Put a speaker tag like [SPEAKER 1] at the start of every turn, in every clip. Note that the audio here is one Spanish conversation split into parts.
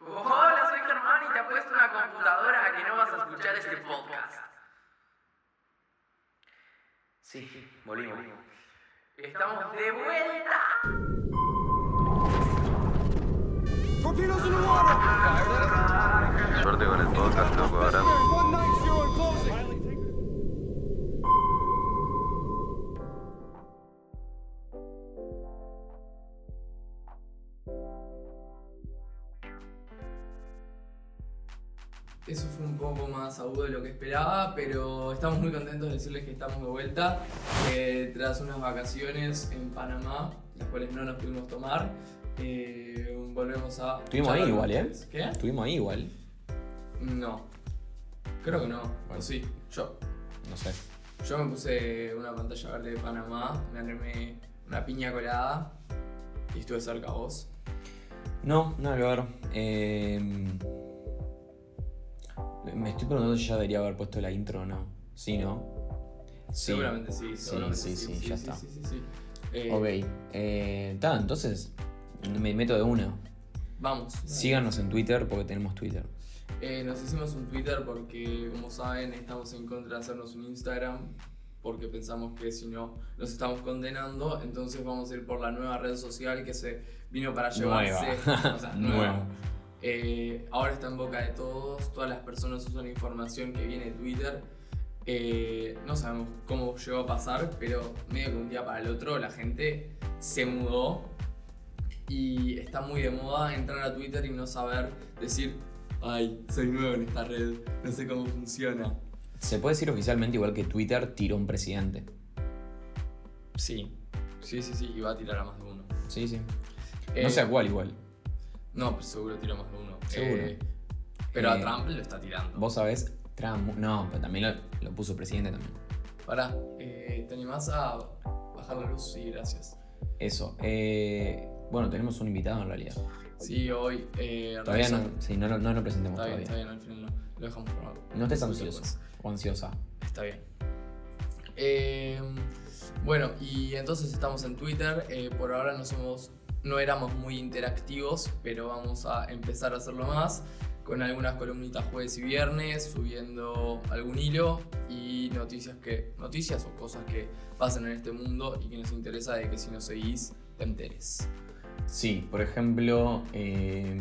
[SPEAKER 1] Hola, soy Germán y te apuesto una computadora a que no vas a escuchar este podcast.
[SPEAKER 2] Sí, volvimos.
[SPEAKER 1] Estamos de vuelta.
[SPEAKER 3] Torpedoes in the water!
[SPEAKER 2] Suerte con el podcast, loco, ahora.
[SPEAKER 3] One night show and closing!
[SPEAKER 4] Eso fue un poco más agudo de lo que esperaba, pero estamos muy contentos de decirles que estamos de vuelta eh, tras unas vacaciones en Panamá, las cuales no nos pudimos tomar. eh, volvemos a.
[SPEAKER 5] Estuvimos ahí igual, ¿eh?
[SPEAKER 4] ¿Qué?
[SPEAKER 5] Estuvimos ahí igual.
[SPEAKER 4] No. Creo que no. O sí, yo.
[SPEAKER 5] No sé.
[SPEAKER 4] Yo me puse una pantalla verde de Panamá, me armé una piña colada y estuve cerca a vos.
[SPEAKER 5] No, nada que ver. Eh, me estoy preguntando si ya debería haber puesto la intro o no. Sí, ¿no? Sí.
[SPEAKER 4] Seguramente sí, seguramente
[SPEAKER 5] sí, sí, ya está.
[SPEAKER 4] Sí, sí, sí. Eh,
[SPEAKER 5] Ok. Eh, ta, entonces me meto de una.
[SPEAKER 4] Vamos.
[SPEAKER 5] Síganos en Twitter porque tenemos Twitter.
[SPEAKER 4] Eh, nos hicimos un Twitter porque, como saben, estamos en contra de hacernos un Instagram porque pensamos que si no nos estamos condenando, entonces vamos a ir por la nueva red social que se vino para
[SPEAKER 5] Nueva.
[SPEAKER 4] llevarse. o sea, nueva.
[SPEAKER 5] Nueva.
[SPEAKER 4] Eh, ahora está en boca de todos, todas las personas usan la información que viene de Twitter. Eh, no sabemos cómo llegó a pasar, pero medio que un día para el otro la gente se mudó y está muy de moda entrar a Twitter y no saber decir, ay, soy nuevo en esta red, no sé cómo funciona.
[SPEAKER 5] Se puede decir oficialmente igual que Twitter tiró un presidente.
[SPEAKER 4] Sí, sí, sí, sí, y va a tirar a más de uno.
[SPEAKER 5] Sí, sí.
[SPEAKER 4] Eh,
[SPEAKER 5] no sé a cuál igual.
[SPEAKER 4] No, pero seguro tira a más de uno. Eh,
[SPEAKER 5] Seguro.
[SPEAKER 4] pero a
[SPEAKER 5] Eh,
[SPEAKER 4] Trump lo está tirando.
[SPEAKER 5] Vos sabés, Trump. No, pero también lo, lo puso presidente también.
[SPEAKER 4] Pará, eh, ¿te animás a bajar la luz? Sí, gracias.
[SPEAKER 5] Eso. eh, bueno, tenemos un invitado en realidad.
[SPEAKER 4] Sí, hoy. eh,
[SPEAKER 5] Todavía
[SPEAKER 4] realizan-
[SPEAKER 5] no, sí, no, lo- no lo presentemos
[SPEAKER 4] Está bien,
[SPEAKER 5] todavía.
[SPEAKER 4] está bien, al final no. Lo dejamos por ahora.
[SPEAKER 5] No estés
[SPEAKER 4] Justo,
[SPEAKER 5] ansioso o ansiosa.
[SPEAKER 4] pues. Está bien. Eh, bueno, y entonces estamos en Twitter. eh, por ahora no somos. No éramos muy interactivos, pero vamos a empezar a hacerlo más. Con algunas columnitas jueves y viernes, subiendo algún hilo y noticias que. noticias o cosas que pasan en este mundo y que nos interesa de que si nos seguís, te enteres.
[SPEAKER 5] Sí, por ejemplo, eh,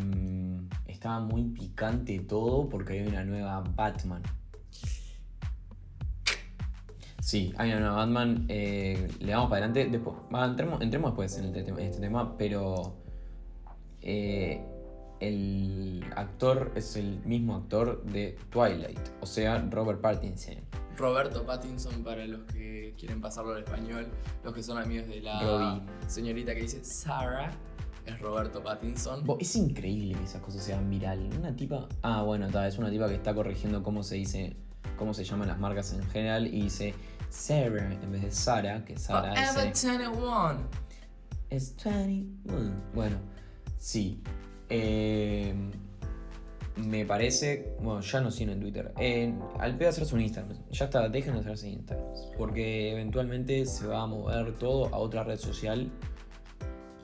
[SPEAKER 5] estaba muy picante todo porque hay una nueva Batman. Sí, hay una nueva Batman. eh, le vamos para adelante. Después, va, entremos, entremos después en, el te- en este tema, pero eh, el actor es el mismo actor de Twilight, o sea, Robert Pattinson.
[SPEAKER 4] Roberto Pattinson para los que quieren pasarlo al español, los que son amigos de la
[SPEAKER 5] Robbie.
[SPEAKER 4] señorita que dice Sarah, es Roberto Pattinson.
[SPEAKER 5] Bo- Es increíble que esas cosas sean viral. Una tipa. Ah, bueno, ta, es una tipa que está corrigiendo cómo se dice. cómo se llaman las marcas en general. Y dice Sarah en vez de Sara, que Sara
[SPEAKER 4] Forever
[SPEAKER 5] es. eh,
[SPEAKER 4] 21.
[SPEAKER 5] Es 21. Bueno, sí. Eh, me parece. Bueno, ya no siguen en Twitter. Eh, al pedo hacerse un Instagram. Ya está, dejen de hacerse Instagram. Porque eventualmente se va a mover todo a otra red social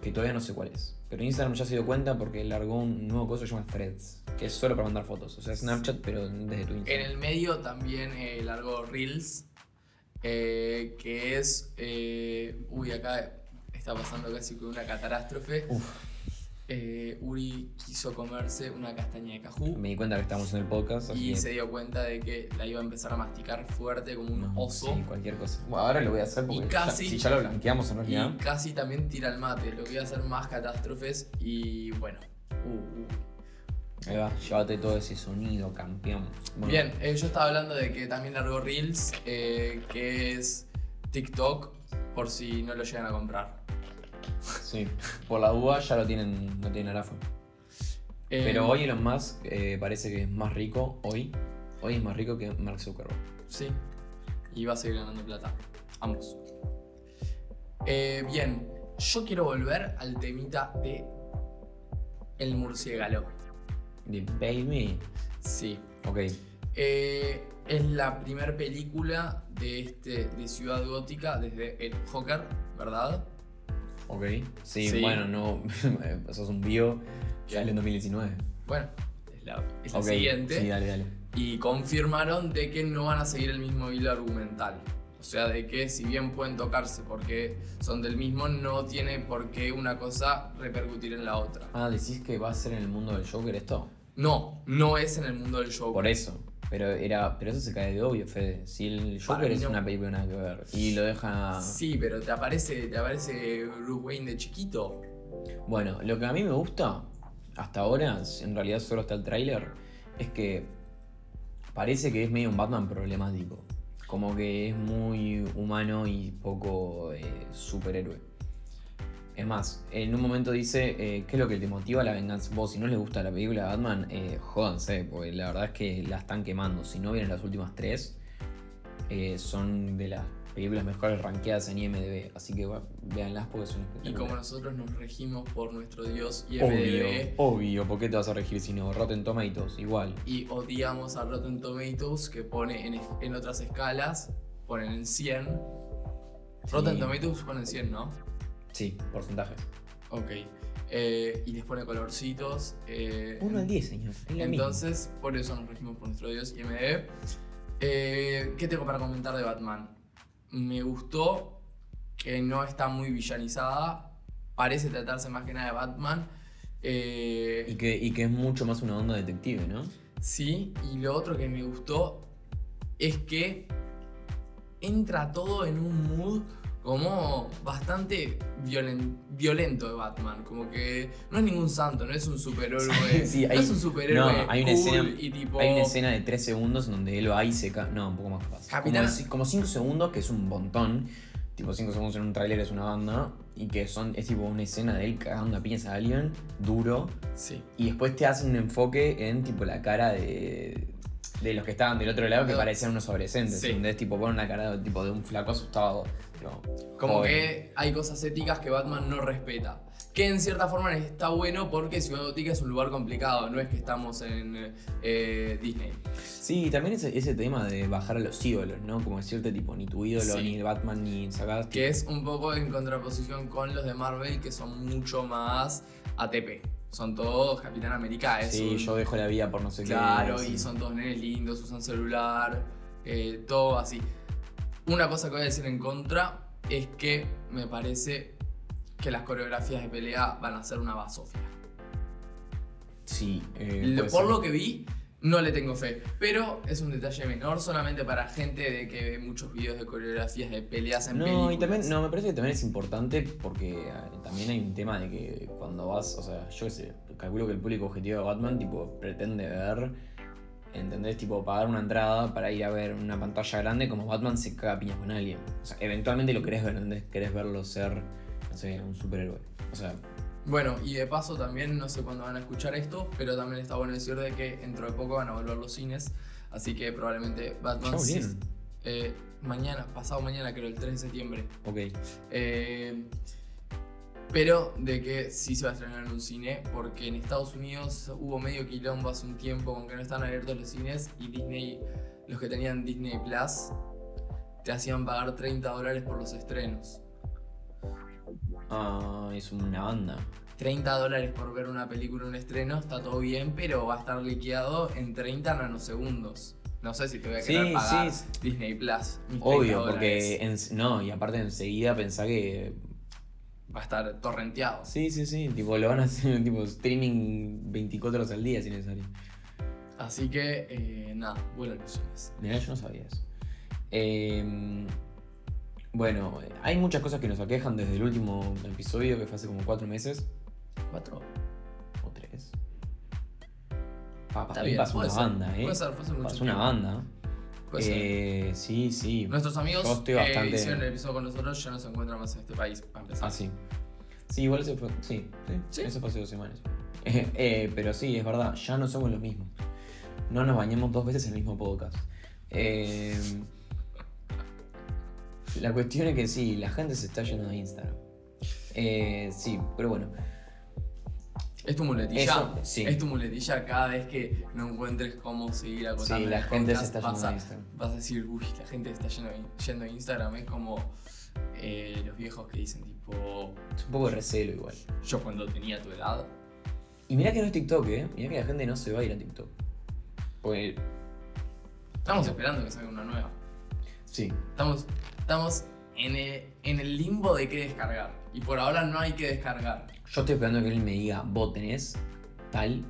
[SPEAKER 5] que todavía no sé cuál es. Pero Instagram ya se dio cuenta porque largó un nuevo coso que se llama Threads, que es solo para mandar fotos. O sea, Snapchat, pero desde tu
[SPEAKER 4] En
[SPEAKER 5] Instagram.
[SPEAKER 4] el medio también eh, largó Reels, eh, que es. eh, uy, acá está pasando casi con una catástrofe. Eh, Uri quiso comerse una castaña de cajú.
[SPEAKER 5] Me di cuenta que estamos en el podcast. así
[SPEAKER 4] Y
[SPEAKER 5] que-
[SPEAKER 4] se dio cuenta de que la iba a empezar a masticar fuerte como un
[SPEAKER 5] No,
[SPEAKER 4] oso.
[SPEAKER 5] sí, cualquier cosa. Bueno, ahora lo voy a hacer porque
[SPEAKER 4] Y
[SPEAKER 5] ya-
[SPEAKER 4] casi-
[SPEAKER 5] si ya lo blanqueamos en
[SPEAKER 4] Y
[SPEAKER 5] realidad.
[SPEAKER 4] casi también tira el mate, lo que iba a hacer más catástrofes y bueno. uh, uh.
[SPEAKER 5] Ahí va, llévate todo ese sonido, campeón. Bueno,
[SPEAKER 4] Bien, eh, yo estaba hablando de que también largó Reels, eh, que es TikTok, por si no lo llegan a comprar.
[SPEAKER 5] Sí, por la duda ya lo tienen, no tienen arafa.
[SPEAKER 4] Eh,
[SPEAKER 5] Pero hoy Elon Musk eh, parece que es más rico, hoy. Hoy es más rico que Mark Zuckerberg.
[SPEAKER 4] Sí. Y va a seguir ganando plata. Ambos. Eh, bien, yo quiero volver al temita de el murciélago.
[SPEAKER 5] The Baby.
[SPEAKER 4] Sí.
[SPEAKER 5] Ok,
[SPEAKER 4] Eh, es la primera película de, este, de Ciudad Gótica desde el Joker, ¿verdad?
[SPEAKER 5] ok. Sí,
[SPEAKER 4] Sí.
[SPEAKER 5] bueno, no. sos un bio. Ya es en 2019.
[SPEAKER 4] Bueno, es la, es la
[SPEAKER 5] Ok,
[SPEAKER 4] siguiente.
[SPEAKER 5] Sí, dale, dale.
[SPEAKER 4] y confirmaron de que no van a seguir el mismo hilo argumental. O sea, de que si bien pueden tocarse porque son del mismo, no tiene por qué una cosa repercutir en la otra.
[SPEAKER 5] Ah, decís que va a ser en el mundo del Joker esto.
[SPEAKER 4] No, no es en el mundo del show.
[SPEAKER 5] Por eso. Pero era. Pero eso se cae de obvio, Fede. Si el Joker
[SPEAKER 4] mí
[SPEAKER 5] es
[SPEAKER 4] no.
[SPEAKER 5] una película nada que ver. Y lo deja.
[SPEAKER 4] Sí, pero te aparece, te aparece Bruce Wayne de chiquito.
[SPEAKER 5] Bueno, lo que a mí me gusta, hasta ahora, en realidad solo hasta el tráiler, es que parece que es medio un Batman problemático. Como que es muy humano y poco eh, superhéroe. Es más, en un momento dice, eh, ¿qué es lo que te motiva la venganza? Vos, si no les gusta la película de Batman, eh, jódanse, porque la verdad es que la están quemando. Si no vienen las últimas tres, eh, son de las películas mejores rankeadas en IMDb. Así que va- véanlas porque son
[SPEAKER 4] Y
[SPEAKER 5] espectaculares.
[SPEAKER 4] como nosotros nos regimos por nuestro dios
[SPEAKER 5] Obvio,
[SPEAKER 4] IMDb
[SPEAKER 5] obvio, ¿por qué te vas a regir si no? Rotten Tomatoes, igual.
[SPEAKER 4] y odiamos a Rotten Tomatoes que pone en, es- en otras escalas, ponen en 100. Rotten
[SPEAKER 5] Sí.
[SPEAKER 4] Tomatoes ponen 100, ¿no?
[SPEAKER 5] Sí, porcentajes.
[SPEAKER 4] Ok. Eh, y les pone colorcitos. eh,
[SPEAKER 5] 1 al 10, señor. Es la misma.
[SPEAKER 4] Entonces, por eso nos regimos por nuestro dios IMDb. Eh, ¿Qué tengo para comentar de Batman? Me gustó que no está muy villanizada. Parece tratarse más que nada de Batman. Eh,
[SPEAKER 5] Y que, y que es mucho más una onda detective, ¿no?
[SPEAKER 4] Sí, y lo otro que me gustó es que entra todo en un mood como bastante violen- violento de Batman, como que no es ningún santo, no es un superhéroe,
[SPEAKER 5] Sí, hay-
[SPEAKER 4] no es un superhéroe
[SPEAKER 5] no, hay una
[SPEAKER 4] cool
[SPEAKER 5] escena-
[SPEAKER 4] y tipo
[SPEAKER 5] Hay una escena de 3 segundos en donde él va y se cae. No, un poco más fácil.
[SPEAKER 4] Capitán-
[SPEAKER 5] Como 5 segundos, que es un montón. Tipo 5 segundos en un tráiler es una banda. Y que son, es tipo una escena de él cagando a piñas a alguien, duro.
[SPEAKER 4] sí.
[SPEAKER 5] Y después te hacen un enfoque en tipo la cara de, de los que estaban del otro lado que
[SPEAKER 4] Ah.
[SPEAKER 5] parecían unos adolescentes.
[SPEAKER 4] Sí.
[SPEAKER 5] Entonces tipo ponen una cara de, tipo, de un flaco asustado. tipo,
[SPEAKER 4] Como
[SPEAKER 5] joven.
[SPEAKER 4] que hay cosas éticas que Batman no respeta. Que en cierta forma está bueno porque Ciudad Gótica es un lugar complicado, no es que estamos en eh, Disney.
[SPEAKER 5] Sí, y también ese, ese tema de bajar a los ídolos, ¿no? Como decirte tipo ni tu ídolo,
[SPEAKER 4] Sí.
[SPEAKER 5] ni el Batman, ni sacás.
[SPEAKER 4] que es un poco en contraposición con los de Marvel que son mucho más ATP. Son todos Capitán América, es
[SPEAKER 5] Sí,
[SPEAKER 4] un-
[SPEAKER 5] yo dejo la vida por no sé
[SPEAKER 4] claro,
[SPEAKER 5] qué. sí.
[SPEAKER 4] y son todos nenes lindos, usan celular, eh, todo así. Una cosa que voy a decir en contra es que me parece que las coreografías de pelea van a ser una basofia.
[SPEAKER 5] Sí, eh,
[SPEAKER 4] Lo-
[SPEAKER 5] puede
[SPEAKER 4] por
[SPEAKER 5] ser.
[SPEAKER 4] lo que vi, no le tengo fe. Pero es un detalle menor solamente para gente de que ve muchos videos de coreografías de peleas en
[SPEAKER 5] No, y
[SPEAKER 4] películas.
[SPEAKER 5] también, no, me parece que también es importante porque ah, también hay un tema de que cuando vas, o sea, yo qué sé, calculo que el público objetivo de Batman, tipo, pretende ver, ¿entendés? Tipo, pagar una entrada para ir a ver una pantalla grande como Batman se caga a piñas con alguien. O sea, eventualmente lo querés ver, ¿entendés? Querés verlo ser, no sé, un superhéroe. O sea,
[SPEAKER 4] Bueno, y de paso también, no sé cuándo van a escuchar esto, pero también está bueno decir de que dentro de poco van a volver los cines, así que probablemente
[SPEAKER 5] ya
[SPEAKER 4] Batman Ah, sí-
[SPEAKER 5] volvieron.
[SPEAKER 4] eh, mañana, pasado mañana creo, el 3 de septiembre.
[SPEAKER 5] Ok.
[SPEAKER 4] Eh, pero de que sí se va a estrenar en un cine, porque en Estados Unidos hubo medio quilombo hace un tiempo con que no estaban abiertos los cines y Disney, los que tenían Disney Plus, te hacían pagar 30 dólares por los estrenos.
[SPEAKER 5] Ah, es una banda.
[SPEAKER 4] 30 dólares por ver una película en un estreno, está todo bien, pero va a estar liqueado en 30 nanosegundos. No sé si te voy a querer
[SPEAKER 5] Sí,
[SPEAKER 4] pagar
[SPEAKER 5] sí.
[SPEAKER 4] Disney Plus. mis 30
[SPEAKER 5] Obvio, porque.
[SPEAKER 4] dólares.
[SPEAKER 5] en- no, y aparte enseguida pensá que
[SPEAKER 4] va a estar torrenteado.
[SPEAKER 5] Sí, sí, sí. Tipo, lo van a hacer tipo streaming 24 horas al día si necesario.
[SPEAKER 4] Así que, eh, nada, buenas ilusiones.
[SPEAKER 5] Mirá, yo no sabía eso. Eh, bueno, hay muchas cosas que nos aquejan desde el último episodio que fue hace como cuatro meses.
[SPEAKER 4] ¿Cuatro?
[SPEAKER 5] O tres. Pa,
[SPEAKER 4] Está
[SPEAKER 5] para mí
[SPEAKER 4] bien,
[SPEAKER 5] pasó
[SPEAKER 4] puede
[SPEAKER 5] una
[SPEAKER 4] ser,
[SPEAKER 5] banda, eh.
[SPEAKER 4] Puede ser, fue hace mucho
[SPEAKER 5] Pasó una
[SPEAKER 4] tiempo,
[SPEAKER 5] banda.
[SPEAKER 4] puede ser.
[SPEAKER 5] Eh, sí, sí.
[SPEAKER 4] Nuestros
[SPEAKER 5] yo
[SPEAKER 4] amigos
[SPEAKER 5] estoy
[SPEAKER 4] que
[SPEAKER 5] bastante-
[SPEAKER 4] hicieron el episodio con nosotros ya no se encuentran más en este país, para empezar.
[SPEAKER 5] Ah, sí. Sí, igual ese fue. Sí, sí.
[SPEAKER 4] Sí.
[SPEAKER 5] Eso fue hace dos semanas. Eh, eh, pero sí, es verdad, ya no somos los mismos. No nos bañamos dos veces en el mismo podcast. Eh, la cuestión es que sí, la gente se está yendo de Instagram. Eh, sí, pero bueno.
[SPEAKER 4] Es tu muletilla.
[SPEAKER 5] Eso, sí.
[SPEAKER 4] Es tu muletilla cada vez que no encuentres cómo seguir
[SPEAKER 5] Sí,
[SPEAKER 4] acotando. en
[SPEAKER 5] la
[SPEAKER 4] el
[SPEAKER 5] gente se
[SPEAKER 4] podcast,
[SPEAKER 5] está
[SPEAKER 4] vas
[SPEAKER 5] yendo
[SPEAKER 4] a-
[SPEAKER 5] de Instagram.
[SPEAKER 4] vas a decir, uy, la gente está yendo, yendo a Instagram. Es como eh, los viejos que dicen, tipo,
[SPEAKER 5] Es un poco de recelo igual.
[SPEAKER 4] yo cuando tenía tu edad
[SPEAKER 5] Y mirá que no es TikTok, ¿eh? Mirá que la gente no se va a ir a TikTok. Porque,
[SPEAKER 4] Estamos esperando que salga una nueva.
[SPEAKER 5] sí,
[SPEAKER 4] Estamos, estamos en, el, en el limbo de qué descargar. Y por ahora no hay que descargar.
[SPEAKER 5] yo estoy esperando que él me diga, vos tenés tal,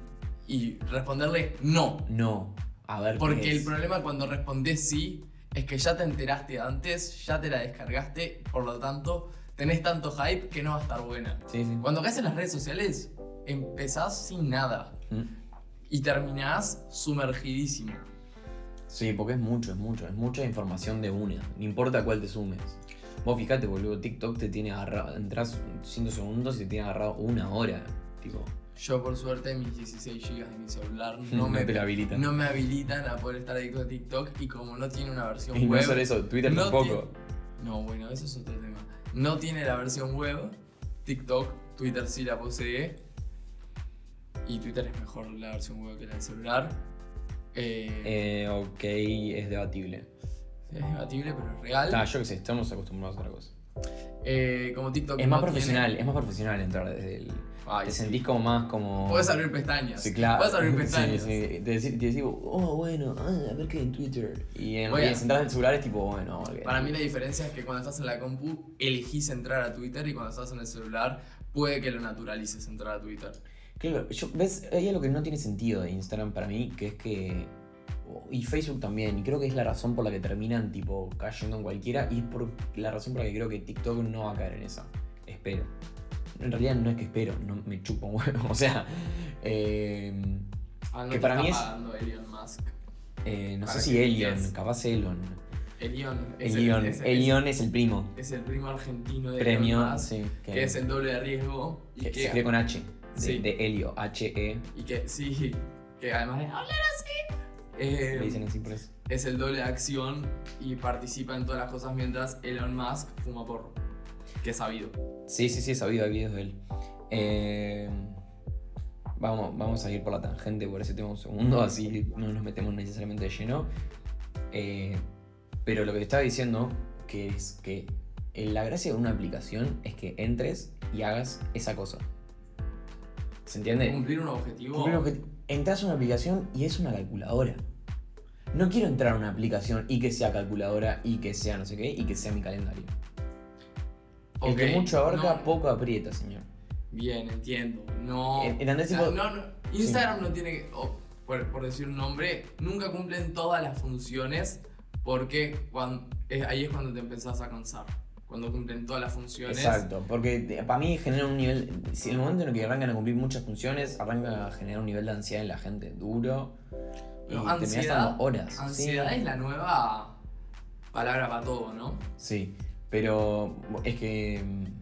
[SPEAKER 4] Y responderle no.
[SPEAKER 5] no, a ver qué
[SPEAKER 4] Porque el
[SPEAKER 5] es.
[SPEAKER 4] problema cuando respondes sí es que ya te enteraste antes, ya te la descargaste, por lo tanto tenés tanto hype que no va a estar buena.
[SPEAKER 5] Sí, sí.
[SPEAKER 4] Cuando caes en las redes sociales, empezás sin nada
[SPEAKER 5] Mm.
[SPEAKER 4] y terminás sumergidísimo.
[SPEAKER 5] Sí, porque es mucho, es mucho, es mucha información de una. No importa cuál te sumes. Vos fijate, boludo, TikTok te tiene agarrado. Entrás 5 segundos y te tiene agarrado una hora. Tipo,
[SPEAKER 4] Yo por suerte mis 16 GB de mi celular no,
[SPEAKER 5] No
[SPEAKER 4] me,
[SPEAKER 5] te la habilitan.
[SPEAKER 4] no me habilitan a poder estar adicto a TikTok y como no tiene una versión
[SPEAKER 5] y
[SPEAKER 4] web...
[SPEAKER 5] no solo eso, Twitter
[SPEAKER 4] no
[SPEAKER 5] tampoco.
[SPEAKER 4] No, bueno, eso es otro tema. No tiene la versión web, TikTok, Twitter sí la posee. Y Twitter es mejor la versión web que la del celular. Eh,
[SPEAKER 5] Eh, ok, es debatible.
[SPEAKER 4] es debatible, pero es real.
[SPEAKER 5] Ah, yo qué sé, estamos acostumbrados a otra cosa.
[SPEAKER 4] Eh, como TikTok
[SPEAKER 5] Es más
[SPEAKER 4] no tiene-
[SPEAKER 5] profesional, es más profesional entrar desde el.
[SPEAKER 4] Ay,
[SPEAKER 5] te sentís como más como.
[SPEAKER 4] Podés abrir pestañas.
[SPEAKER 5] Sí, claro.
[SPEAKER 4] Podés abrir
[SPEAKER 5] Sí,
[SPEAKER 4] pestañas.
[SPEAKER 5] sí. Te decís, te decís, oh, bueno, ah, a ver qué hay en Twitter. Y en,
[SPEAKER 4] Bueno.
[SPEAKER 5] y entrar en el celular es tipo, bueno, ok.
[SPEAKER 4] Para mí la diferencia es que cuando estás en la compu elegís entrar a Twitter y cuando estás en el celular puede que lo naturalices entrar a Twitter.
[SPEAKER 5] Claro, yo, ¿ves? Hay algo que no tiene sentido de Instagram para mí, que es que. oh, Y Facebook también, y creo que es la razón por la que terminan tipo cayendo en cualquiera, y es por la razón por la que creo que TikTok no va a caer en esa. Espero. En realidad no es que espero, no me chupo un huevo. O sea, eh,
[SPEAKER 4] Ah, no
[SPEAKER 5] Que
[SPEAKER 4] te
[SPEAKER 5] para
[SPEAKER 4] está
[SPEAKER 5] mí es-
[SPEAKER 4] pagando Elon Musk.
[SPEAKER 5] eh, no sé
[SPEAKER 4] Para
[SPEAKER 5] si
[SPEAKER 4] que
[SPEAKER 5] Elion,
[SPEAKER 4] digas.
[SPEAKER 5] capaz Elon.
[SPEAKER 4] Elion. es
[SPEAKER 5] Elion,
[SPEAKER 4] es
[SPEAKER 5] Elion es el primo.
[SPEAKER 4] es el primo argentino de Elon
[SPEAKER 5] Premio,
[SPEAKER 4] Musk,
[SPEAKER 5] sí, que,
[SPEAKER 4] que es el doble de riesgo y
[SPEAKER 5] que
[SPEAKER 4] que,
[SPEAKER 5] se escribe con H. De,
[SPEAKER 4] Sí.
[SPEAKER 5] de Helio, E, H-E.
[SPEAKER 4] y que sí, que además de hablar así,
[SPEAKER 5] Le dicen
[SPEAKER 4] eh,
[SPEAKER 5] así por eso.
[SPEAKER 4] es el doble de acción y participa en todas las cosas mientras Elon Musk fuma porro, que es sabido.
[SPEAKER 5] Sí, sí, sí, he sabido, hay videos de él. Eh, vamos, vamos a ir por la tangente por ese tema un segundo, así no nos metemos necesariamente de lleno. Eh, pero lo que te estaba diciendo, que es que la gracia de una aplicación es que entres y hagas esa cosa. ¿Se entiende?
[SPEAKER 4] Cumplir un objetivo.
[SPEAKER 5] Cumplir un objeti- Entras a una aplicación y es una calculadora. No quiero entrar a una aplicación y que sea calculadora y que sea no sé qué y que sea mi calendario. El que
[SPEAKER 4] Ok,
[SPEAKER 5] mucho abarca,
[SPEAKER 4] no,
[SPEAKER 5] poco aprieta, señor.
[SPEAKER 4] Bien, entiendo. No.
[SPEAKER 5] En- en Andrés,
[SPEAKER 4] Ah,
[SPEAKER 5] tipo-
[SPEAKER 4] no, no. Instagram no tiene que. o, por, por decir un nombre, nunca cumplen todas las funciones porque cuan- es- ahí es cuando te empezás a cansar. Cuando cumplen todas las funciones.
[SPEAKER 5] Exacto, porque te- para mí genera un nivel. Si en el momento en el que arrancan a cumplir muchas funciones, arranca a generar un nivel de ansiedad en la gente duro. Y
[SPEAKER 4] No,
[SPEAKER 5] terminás dando horas.
[SPEAKER 4] Ansiedad
[SPEAKER 5] sí.
[SPEAKER 4] es la nueva palabra para todo, ¿no?
[SPEAKER 5] Sí, pero es que. mm,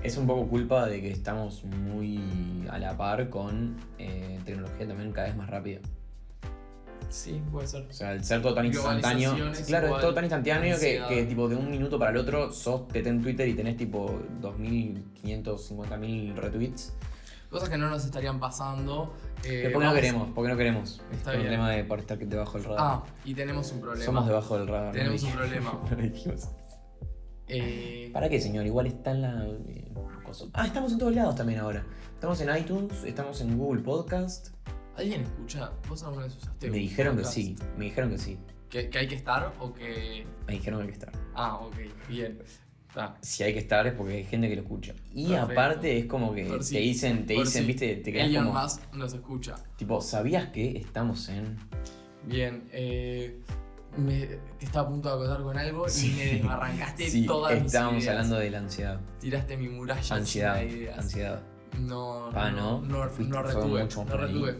[SPEAKER 5] Es un poco culpa de que estamos muy a la par con eh, tecnología también cada vez más rápida.
[SPEAKER 4] Sí, puede ser.
[SPEAKER 5] O sea, el ser todo tan instantáneo.
[SPEAKER 4] Globalización es
[SPEAKER 5] Claro, es
[SPEAKER 4] igual
[SPEAKER 5] todo tan instantáneo que,
[SPEAKER 4] ansiedad.
[SPEAKER 5] que, tipo de un minuto para el otro sos tete en Twitter y tenés tipo 2.550.000 retweets.
[SPEAKER 4] Cosas que no nos estarían pasando. eh,
[SPEAKER 5] Pero porque no
[SPEAKER 4] vamos-
[SPEAKER 5] queremos, porque no queremos.
[SPEAKER 4] Está
[SPEAKER 5] el
[SPEAKER 4] bien.
[SPEAKER 5] problema de por estar debajo del radar.
[SPEAKER 4] Ah, y tenemos un problema.
[SPEAKER 5] Somos debajo del radar. no
[SPEAKER 4] Tenemos un
[SPEAKER 5] dijimos-
[SPEAKER 4] problema.
[SPEAKER 5] no dijimos.
[SPEAKER 4] Eh,
[SPEAKER 5] ¿Para qué, señor? Igual está en la. eh, cosa. Ah, estamos en todos lados también ahora. Estamos en iTunes, estamos en Google Podcast.
[SPEAKER 4] ¿Alguien escucha? ¿Vos alguna vez usaste?
[SPEAKER 5] Me
[SPEAKER 4] un
[SPEAKER 5] dijeron que
[SPEAKER 4] podcast?
[SPEAKER 5] sí, me dijeron que sí.
[SPEAKER 4] ¿Que, que hay que estar o que.?
[SPEAKER 5] Me dijeron que hay que estar.
[SPEAKER 4] Ah, ok, bien. Está.
[SPEAKER 5] Si hay que estar es porque hay gente que lo escucha. Y
[SPEAKER 4] Perfecto.
[SPEAKER 5] aparte es como que
[SPEAKER 4] Por si-
[SPEAKER 5] te dicen, te
[SPEAKER 4] por
[SPEAKER 5] dicen,
[SPEAKER 4] si
[SPEAKER 5] viste, te quedas
[SPEAKER 4] Elon
[SPEAKER 5] como.
[SPEAKER 4] Musk nos escucha.
[SPEAKER 5] Tipo, ¿sabías que estamos en.
[SPEAKER 4] Bien, eh, me, te estaba a punto de acordar con algo y
[SPEAKER 5] Sí.
[SPEAKER 4] me desbarrancaste
[SPEAKER 5] Sí,
[SPEAKER 4] todas mis
[SPEAKER 5] estábamos
[SPEAKER 4] ideas.
[SPEAKER 5] hablando de la ansiedad.
[SPEAKER 4] Tiraste mi muralla
[SPEAKER 5] Ansiedad,
[SPEAKER 4] llena de ideas.
[SPEAKER 5] ansiedad.
[SPEAKER 4] No,
[SPEAKER 5] Ah,
[SPEAKER 4] no,
[SPEAKER 5] ¿no?
[SPEAKER 4] no, no,
[SPEAKER 5] Fuiste- fue
[SPEAKER 4] retuve,
[SPEAKER 5] mucho
[SPEAKER 4] no
[SPEAKER 5] por ahí.
[SPEAKER 4] retuve.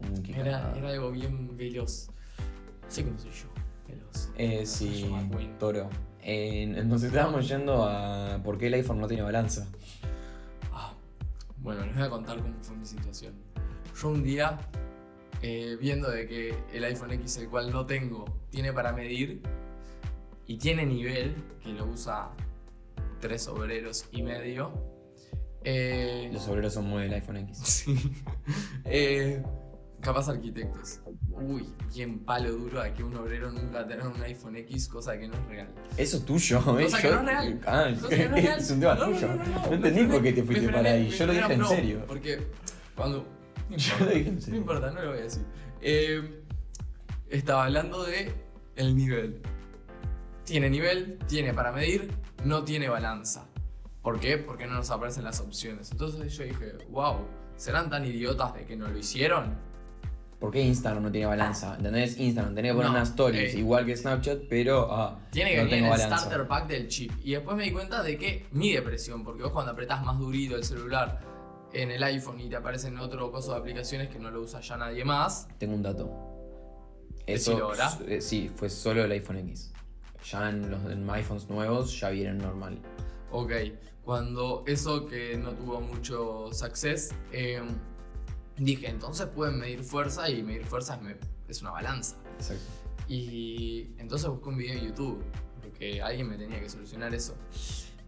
[SPEAKER 5] Mm, qué
[SPEAKER 4] Era,
[SPEAKER 5] cagada.
[SPEAKER 4] era algo bien veloz. Sé cómo soy yo, veloz.
[SPEAKER 5] Eh, sí,
[SPEAKER 4] Rayo McQueen.
[SPEAKER 5] toro. Eh, nos estábamos yendo a por qué el iPhone no tiene balanza.
[SPEAKER 4] Ah, bueno, les voy a contar cómo fue mi situación. Yo un día, eh, viendo de que el iPhone X, el cual no tengo, tiene para medir y tiene nivel, que lo usa tres obreros y medio, eh,
[SPEAKER 5] Los obreros son muy del iPhone X.
[SPEAKER 4] Sí. Eh, Capaz arquitectos. Uy, bien palo duro de que un obrero nunca va a tener un iPhone X, cosa que no es real.
[SPEAKER 5] Eso es tuyo, ¿eh?
[SPEAKER 4] Cosa que
[SPEAKER 5] Yo-
[SPEAKER 4] no es real.
[SPEAKER 5] Ah,
[SPEAKER 4] Cosa que no es real.
[SPEAKER 5] es un tema
[SPEAKER 4] No, no,
[SPEAKER 5] tuyo.
[SPEAKER 4] no, no, no.
[SPEAKER 5] entendí
[SPEAKER 4] Me
[SPEAKER 5] por qué te
[SPEAKER 4] frené,
[SPEAKER 5] fuiste
[SPEAKER 4] me
[SPEAKER 5] para
[SPEAKER 4] frené,
[SPEAKER 5] ahí.
[SPEAKER 4] me
[SPEAKER 5] Yo lo
[SPEAKER 4] frené,
[SPEAKER 5] dije en
[SPEAKER 4] no,
[SPEAKER 5] serio.
[SPEAKER 4] Porque cuando.
[SPEAKER 5] Yo lo dije en
[SPEAKER 4] No
[SPEAKER 5] serio.
[SPEAKER 4] importa, no lo voy a decir. Eh, estaba hablando de el nivel. Tiene nivel, tiene para medir, no tiene balanza. ¿Por qué? Porque no nos aparecen las opciones. Entonces yo dije, wow, ¿serán tan idiotas de que no lo hicieron?
[SPEAKER 5] ¿Por qué Instagram no tiene balanza? ¿Entendés? Instagram tenés que poner
[SPEAKER 4] No,
[SPEAKER 5] unas stories,
[SPEAKER 4] eh.
[SPEAKER 5] igual que Snapchat, pero ah,
[SPEAKER 4] Tiene que
[SPEAKER 5] no
[SPEAKER 4] venir
[SPEAKER 5] tengo
[SPEAKER 4] el
[SPEAKER 5] balanza.
[SPEAKER 4] starter pack del chip. Y después me di cuenta de que mide presión, porque vos cuando apretás más durito el celular en el iPhone y te aparecen otro coso de aplicaciones que no lo usa ya nadie más,
[SPEAKER 5] Tengo un dato. Eso,
[SPEAKER 4] Decilo ahora.
[SPEAKER 5] eh, sí, fue solo el iPhone X. Ya en los en iPhones nuevos ya vienen normal.
[SPEAKER 4] Ok, cuando eso que no tuvo mucho success, eh, dije, entonces pueden medir fuerza y medir fuerza es, me- es una balanza.
[SPEAKER 5] Exacto.
[SPEAKER 4] Y entonces busqué un video en YouTube, porque alguien me tenía que solucionar eso.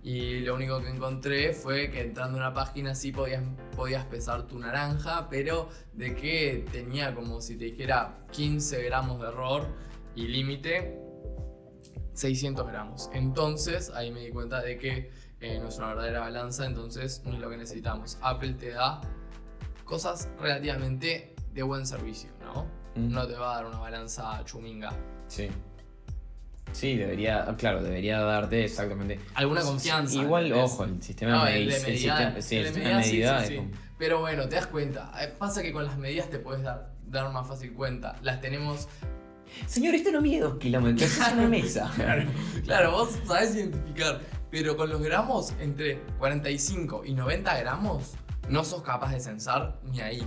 [SPEAKER 4] Y lo único que encontré fue que entrando a una página sí podías, podías pesar tu naranja, pero de que tenía como si te dijera 15 gramos de error y límite 600 gramos. Entonces ahí me di cuenta de que eh, no es una verdadera balanza, entonces no es lo que necesitamos. Apple te da cosas relativamente de buen servicio, ¿no?
[SPEAKER 5] Mm.
[SPEAKER 4] no te va a dar una balanza chuminga.
[SPEAKER 5] Sí. Sí, debería, ah, claro, debería darte exactamente.
[SPEAKER 4] Alguna confianza.
[SPEAKER 5] Igual,
[SPEAKER 4] ¿entendés?
[SPEAKER 5] ojo, el sistema
[SPEAKER 4] No,
[SPEAKER 5] de
[SPEAKER 4] el de
[SPEAKER 5] medidas- el
[SPEAKER 4] medida.
[SPEAKER 5] sistema- sí,
[SPEAKER 4] el
[SPEAKER 5] el
[SPEAKER 4] de
[SPEAKER 5] sistema
[SPEAKER 4] medida,
[SPEAKER 5] de
[SPEAKER 4] sí,
[SPEAKER 5] medida
[SPEAKER 4] sí,
[SPEAKER 5] es
[SPEAKER 4] sí.
[SPEAKER 5] como-
[SPEAKER 4] Pero bueno, te das cuenta. Eh, Pasa que con las medidas te puedes dar, dar más fácil cuenta. Las tenemos.
[SPEAKER 5] Señor, esto no mide dos kilómetros, es una mesa.
[SPEAKER 4] Claro, vos sabés identificar. Pero con los gramos, entre 45 y 90 gramos, no sos capaz de censar ni ahí.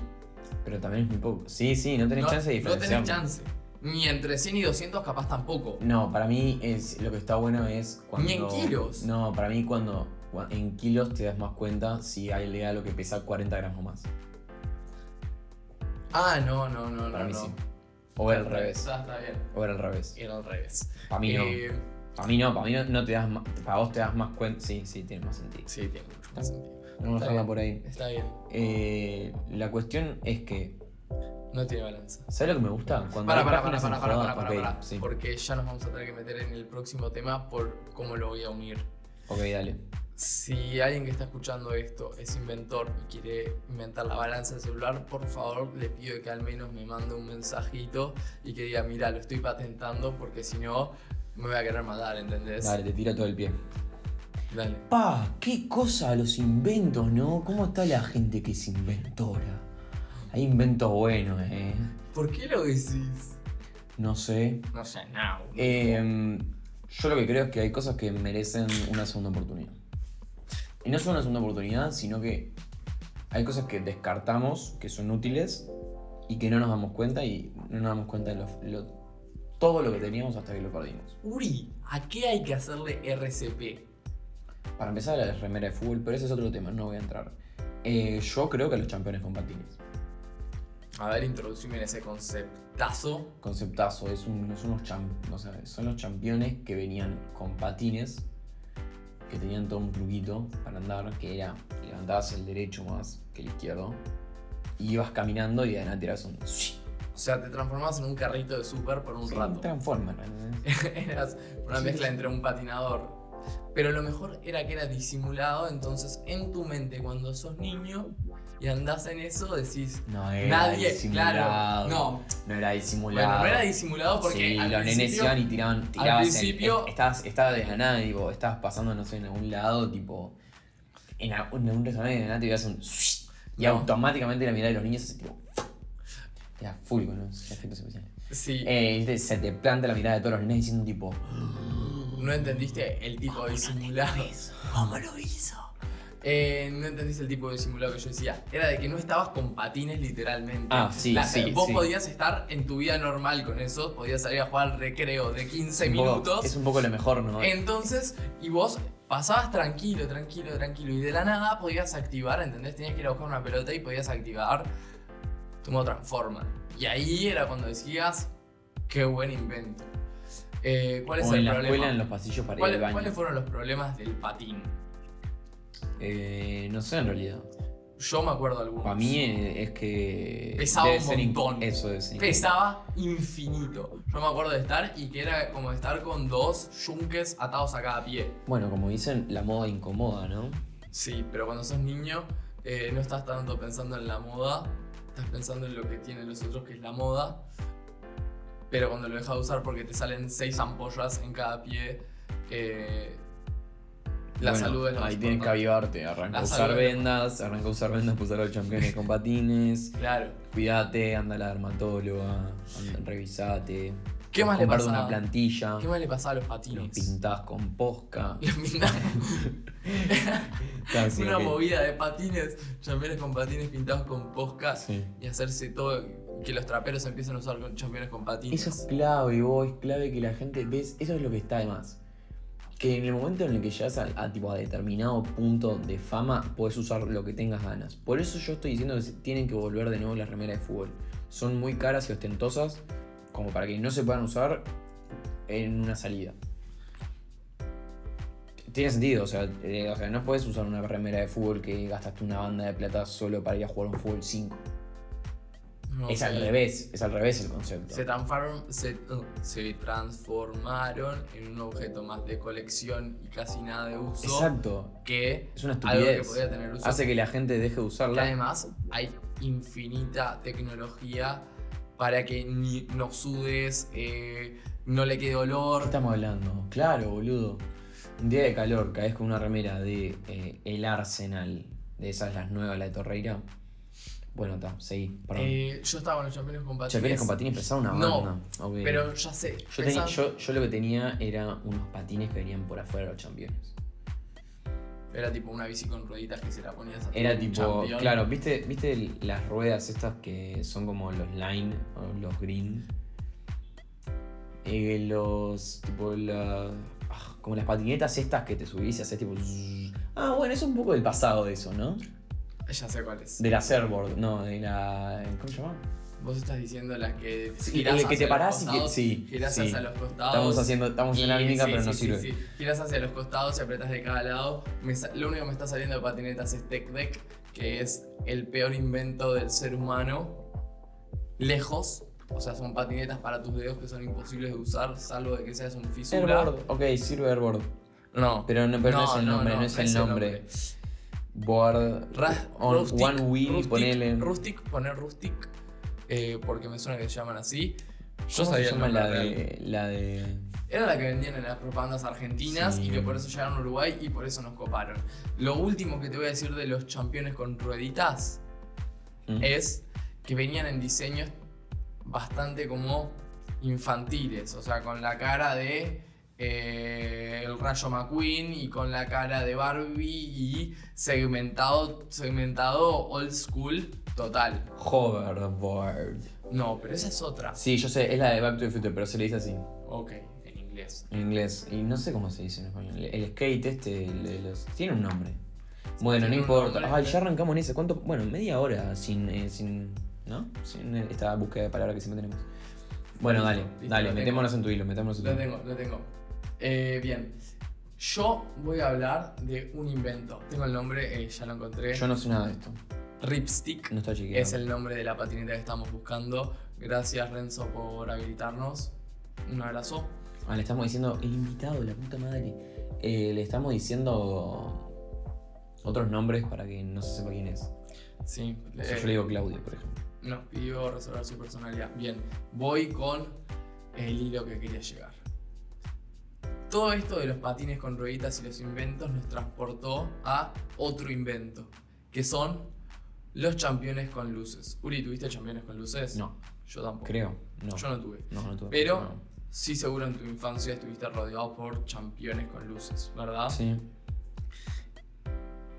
[SPEAKER 5] Pero también es muy poco. Sí, sí, no tenés
[SPEAKER 4] no,
[SPEAKER 5] chance de
[SPEAKER 4] no
[SPEAKER 5] diferenciar.
[SPEAKER 4] tenés chance. Ni entre 100 y 200 capaz tampoco.
[SPEAKER 5] No, para mí es, lo que está bueno es cuando.
[SPEAKER 4] Ni en kilos.
[SPEAKER 5] No, para mí cuando cua- en kilos te das más cuenta si hay le da lo que pesa 40 gramos más.
[SPEAKER 4] Ah, no, no, no, no.
[SPEAKER 5] Para mí
[SPEAKER 4] no.
[SPEAKER 5] sí. O era al revés.
[SPEAKER 4] Está, está bien.
[SPEAKER 5] O era al revés.
[SPEAKER 4] Era al revés.
[SPEAKER 5] Para mí no.
[SPEAKER 4] Eh,
[SPEAKER 5] Para mí no, para mí no, no te das más. Para vos te das más cuenta. Sí, sí, tiene más sentido.
[SPEAKER 4] Sí, tiene mucho más sentido.
[SPEAKER 5] Vamos a
[SPEAKER 4] Está
[SPEAKER 5] dejarla
[SPEAKER 4] bien.
[SPEAKER 5] por ahí.
[SPEAKER 4] Está bien,
[SPEAKER 5] Eh, la cuestión es que.
[SPEAKER 4] no tiene balanza.
[SPEAKER 5] ¿Sabes lo que me gusta? Cuando
[SPEAKER 4] Para,
[SPEAKER 5] hay
[SPEAKER 4] para, para,
[SPEAKER 5] páginas
[SPEAKER 4] para, para, para,
[SPEAKER 5] enfocadas-
[SPEAKER 4] para,
[SPEAKER 5] ok,
[SPEAKER 4] para,
[SPEAKER 5] sí.
[SPEAKER 4] Porque ya nos vamos a tener que meter en el próximo tema por cómo lo voy a unir.
[SPEAKER 5] Ok, dale.
[SPEAKER 4] Si alguien que está escuchando esto es inventor y quiere inventar la balanza del celular, por favor le pido que al menos me mande un mensajito y que diga, mira, lo estoy patentando porque si no me voy a querer matar, ¿entendés?
[SPEAKER 5] Dale, te tira todo el pie.
[SPEAKER 4] Dale.
[SPEAKER 5] Pa, qué cosa los inventos, ¿no? ¿Cómo está la gente que es inventora? Hay inventos buenos, ¿eh?
[SPEAKER 4] ¿Por qué lo decís?
[SPEAKER 5] No sé.
[SPEAKER 4] No sé, no.
[SPEAKER 5] Em, yo lo que creo es que hay cosas que merecen una segunda oportunidad. Y no solo una segunda oportunidad, sino que hay cosas que descartamos, que son útiles y que no nos damos cuenta y no nos damos cuenta de lo- lo- todo lo que teníamos hasta que lo perdimos.
[SPEAKER 4] Uri, ¿a qué hay que hacerle RCP?
[SPEAKER 5] Para empezar, la remera de fútbol, pero ese es otro tema, no voy a entrar. Eh, yo creo que los campeones con patines.
[SPEAKER 4] A ver, introducime en ese conceptazo.
[SPEAKER 5] conceptazo, es un- son, unos cham- o sea, son los campeones que venían con patines, que tenían todo un truquito para andar, que era levantabas el derecho más que el izquierdo, y ibas caminando y de nada tirabas un,
[SPEAKER 4] O sea, te transformabas en un carrito de súper por un
[SPEAKER 5] Sí, un
[SPEAKER 4] rato.
[SPEAKER 5] transformer. ¿entendés?
[SPEAKER 4] Eras una mezcla entre un patinador. Pero lo mejor era que era disimulado, entonces en tu mente cuando sos niño y andás en eso decís...
[SPEAKER 5] No era
[SPEAKER 4] Nadie,
[SPEAKER 5] disimulado.
[SPEAKER 4] claro. No,
[SPEAKER 5] no era disimulado.
[SPEAKER 4] bueno, no era disimulado porque
[SPEAKER 5] Sí,
[SPEAKER 4] al
[SPEAKER 5] los nenes
[SPEAKER 4] principio-
[SPEAKER 5] iban y tiraban, tirabas en-
[SPEAKER 4] principio-
[SPEAKER 5] en- estabas, estabas de la nada, tipo, estabas pasando, no sé, en algún lado, tipo, en, a- en un restaurante y de la nada te ibas un swish, y
[SPEAKER 4] No.
[SPEAKER 5] automáticamente la mirada de los niños hace tipo, te da full con los efectos especiales.
[SPEAKER 4] Sí,
[SPEAKER 5] Eh, y te- se te planta la mirada de todos los nenes diciendo tipo,
[SPEAKER 4] no entendiste el tipo de disimulado.
[SPEAKER 5] ¿cómo lo hizo?
[SPEAKER 4] Eh, no entendiste el tipo de simulado que yo decía. Era de que no estabas con patines literalmente.
[SPEAKER 5] Ah, sí,
[SPEAKER 4] La-
[SPEAKER 5] sí,
[SPEAKER 4] Vos
[SPEAKER 5] sí.
[SPEAKER 4] podías estar en tu vida normal con eso, podías salir a jugar al recreo de 15
[SPEAKER 5] Un poco-
[SPEAKER 4] minutos.
[SPEAKER 5] es un poco lo mejor, ¿no?
[SPEAKER 4] Entonces, y vos pasabas tranquilo, tranquilo, tranquilo. Y de la nada podías activar, ¿entendés? Tenías que ir a buscar una pelota y podías activar tu modo transforma. Y ahí era cuando decías, qué buen invento. Eh, ¿Cuál es
[SPEAKER 5] o
[SPEAKER 4] el
[SPEAKER 5] en la
[SPEAKER 4] problema?
[SPEAKER 5] escuela, en los pasillos para ir
[SPEAKER 4] ¿Cuál-
[SPEAKER 5] al baño.
[SPEAKER 4] ¿Cuáles fueron los problemas del patín?
[SPEAKER 5] Eh, no sé en realidad.
[SPEAKER 4] Yo me acuerdo algunos.
[SPEAKER 5] Para mí eh, es, es que.
[SPEAKER 4] Pesaba
[SPEAKER 5] debe
[SPEAKER 4] un
[SPEAKER 5] ser inc-
[SPEAKER 4] montón.
[SPEAKER 5] Eso debe ser. inc-
[SPEAKER 4] Pesaba infinito. Yo me acuerdo de estar y que era como estar con dos yunques atados a cada pie.
[SPEAKER 5] Bueno, como dicen, la moda incomoda, ¿no?
[SPEAKER 4] Sí, pero cuando sos niño eh, no estás tanto pensando en la moda, estás pensando en lo que tienen los otros, que es la moda. Pero cuando lo dejas de usar porque te salen seis ampollas en cada pie, eh, la
[SPEAKER 5] Bueno,
[SPEAKER 4] salud es lo más
[SPEAKER 5] Ahí tienes que
[SPEAKER 4] importante.
[SPEAKER 5] avivarte. Arranca
[SPEAKER 4] La
[SPEAKER 5] a usar
[SPEAKER 4] salud es lo
[SPEAKER 5] vendas, arranca a usar vendas para usar a los campeones con patines.
[SPEAKER 4] Claro.
[SPEAKER 5] Cuídate, anda a la dermatóloga, anda- revisate.
[SPEAKER 4] ¿Qué más le
[SPEAKER 5] Comprate
[SPEAKER 4] pasaba?
[SPEAKER 5] una plantilla,
[SPEAKER 4] ¿Qué más le pasaba a los
[SPEAKER 5] los
[SPEAKER 4] patines?
[SPEAKER 5] pintás con posca.
[SPEAKER 4] Los pintaba-
[SPEAKER 5] Claro, sí,
[SPEAKER 4] una
[SPEAKER 5] ok.
[SPEAKER 4] movida de patines, chambeones con patines pintados con poscas
[SPEAKER 5] Sí.
[SPEAKER 4] y hacerse todo que los traperos empiecen a usar con chambeones con patines.
[SPEAKER 5] Eso es clave, vos, es clave que la gente ves, eso es lo que está de más. Que en el momento en el que llegas a, a, tipo, a determinado punto de fama, podés usar lo que tengas ganas. Por eso yo estoy diciendo que se- tienen que volver de nuevo las remeras de fútbol. Son muy caras y ostentosas, como para que no se puedan usar en una salida. Tiene sentido, o sea, eh, o sea, no puedes usar una remera de fútbol que gastaste una banda de plata solo para ir a jugar un fútbol 5.
[SPEAKER 4] No,
[SPEAKER 5] Es al
[SPEAKER 4] sí.
[SPEAKER 5] revés, es al revés el concepto.
[SPEAKER 4] Se transformaron, se, uh, se transformaron en un objeto más de colección y casi nada de uso
[SPEAKER 5] Exacto,
[SPEAKER 4] que
[SPEAKER 5] Es una
[SPEAKER 4] algo que
[SPEAKER 5] estupidez.
[SPEAKER 4] podía tener uso.
[SPEAKER 5] Hace que la gente deje de
[SPEAKER 4] Y
[SPEAKER 5] usarla.
[SPEAKER 4] además hay infinita tecnología para que ni, no sudes, eh, no le quede
[SPEAKER 5] ¿Qué
[SPEAKER 4] olor.
[SPEAKER 5] estamos hablando? Claro, boludo. Un día de calor, caes con una remera de eh, El Arsenal, de esas las nuevas, la de Torreira. Bueno, está, seguí, perdón.
[SPEAKER 4] Eh, yo estaba con los champiñones con patines.
[SPEAKER 5] Chapeles con patines pesaba una
[SPEAKER 4] No,
[SPEAKER 5] banda. ok.
[SPEAKER 4] Pero ya sé.
[SPEAKER 5] yo, tenía-
[SPEAKER 4] pesan-
[SPEAKER 5] yo, yo lo que tenía era unos patines que venían por afuera de los campeones.
[SPEAKER 4] Era tipo una bici con rueditas que se la ponías a tu
[SPEAKER 5] Era tipo,
[SPEAKER 4] champión.
[SPEAKER 5] claro, ¿viste, ¿viste el- las ruedas estas que son como los line o los green? Eh, los, tipo, la, ah, como las patinetas estas que te subís y haces tipo... zzzz. Ah, bueno, es un poco del pasado de eso, ¿no?
[SPEAKER 4] Ya sé cuál es.
[SPEAKER 5] De la surfboard, no, de la... ¿Cómo se llama?
[SPEAKER 4] Vos estás diciendo las que
[SPEAKER 5] Sí,
[SPEAKER 4] girás
[SPEAKER 5] el que te
[SPEAKER 4] hacia
[SPEAKER 5] parás
[SPEAKER 4] los
[SPEAKER 5] y que-
[SPEAKER 4] costados,
[SPEAKER 5] sí,
[SPEAKER 4] girás
[SPEAKER 5] sí.
[SPEAKER 4] hacia los costados.
[SPEAKER 5] Estamos haciendo, estamos en la
[SPEAKER 4] y-
[SPEAKER 5] mímica,
[SPEAKER 4] Ah, sí,
[SPEAKER 5] pero no
[SPEAKER 4] sí, sí,
[SPEAKER 5] sirve.
[SPEAKER 4] sí. Girás hacia los costados y apretás de cada lado. Me sa- lo único que me está saliendo de patinetas es Tech Deck, que es el peor invento del ser humano. Lejos. O sea, son patinetas para tus dedos que son imposibles de usar, salvo de que seas un fisura.
[SPEAKER 5] Airboard, ok, sirve airboard.
[SPEAKER 4] No.
[SPEAKER 5] Pero no, pero no, es el nombre, no, es el nombre. Board...
[SPEAKER 4] Ra-
[SPEAKER 5] on
[SPEAKER 4] rustic,
[SPEAKER 5] one wheel,
[SPEAKER 4] rustic,
[SPEAKER 5] ponele.
[SPEAKER 4] rustic, poner rustic, eh, porque me suena que se llaman así. Yo
[SPEAKER 5] ¿Cómo se
[SPEAKER 4] sabía el
[SPEAKER 5] llama
[SPEAKER 4] nombre
[SPEAKER 5] la
[SPEAKER 4] real.
[SPEAKER 5] de, la de...
[SPEAKER 4] Era la que vendían en las propagandas argentinas
[SPEAKER 5] Sí.
[SPEAKER 4] y que por eso llegaron a Uruguay y por eso nos coparon. Lo último que te voy a decir de los campeones con rueditas
[SPEAKER 5] ¿Mm?
[SPEAKER 4] es que venían en diseños bastante como infantiles, o sea, con la cara de eh, el Rayo McQueen y con la cara de Barbie y segmentado, segmentado old school total.
[SPEAKER 5] Hoverboard.
[SPEAKER 4] No, pero esa es otra.
[SPEAKER 5] Sí, yo sé, es la de Back to the Future, pero se le dice así,
[SPEAKER 4] Ok, en inglés.
[SPEAKER 5] en inglés. Y no sé cómo se dice en español. El skate este, el de los- tiene un nombre. Bueno,
[SPEAKER 4] Tiene
[SPEAKER 5] no
[SPEAKER 4] un
[SPEAKER 5] importa.
[SPEAKER 4] nombre,
[SPEAKER 5] Ay,
[SPEAKER 4] pero-
[SPEAKER 5] ya arrancamos en ese. ¿Cuánto? Bueno, media hora sin, eh, sin ¿no? Sin eh, esta búsqueda de palabras que siempre tenemos. Bueno,
[SPEAKER 4] Listo,
[SPEAKER 5] dale,
[SPEAKER 4] listo, lo
[SPEAKER 5] dale,
[SPEAKER 4] tengo.
[SPEAKER 5] metémonos en tu hilo, metémonos en tu
[SPEAKER 4] Lo
[SPEAKER 5] hilo.
[SPEAKER 4] tengo, lo tengo. Eh, bien. Yo voy a hablar de un invento. Tengo el nombre, eh, ya lo encontré.
[SPEAKER 5] Yo no sé nada de esto.
[SPEAKER 4] Ripstick
[SPEAKER 5] No está chequeado.
[SPEAKER 4] es el nombre de la patineta que estamos buscando. Gracias Renzo por habilitarnos. Un abrazo.
[SPEAKER 5] Ah, le estamos diciendo, el invitado, la puta madre. Eh, le estamos diciendo otros nombres para que no se sepa quién es.
[SPEAKER 4] Sí.
[SPEAKER 5] O sea,
[SPEAKER 4] eh,
[SPEAKER 5] yo le digo Claudio, por ejemplo.
[SPEAKER 4] nos pidió resolver su personalidad. Bien, voy con el hilo que quería llegar. Todo esto de los patines con rueditas y los inventos nos transportó a otro invento, que son los championes con luces. Uri, ¿tuviste championes con luces?
[SPEAKER 5] No,
[SPEAKER 4] Yo tampoco.
[SPEAKER 5] creo. No.
[SPEAKER 4] Yo no tuve.
[SPEAKER 5] No, no tuve.
[SPEAKER 4] Pero
[SPEAKER 5] No.
[SPEAKER 4] sí seguro en tu infancia estuviste rodeado por championes con luces, ¿verdad?
[SPEAKER 5] Sí.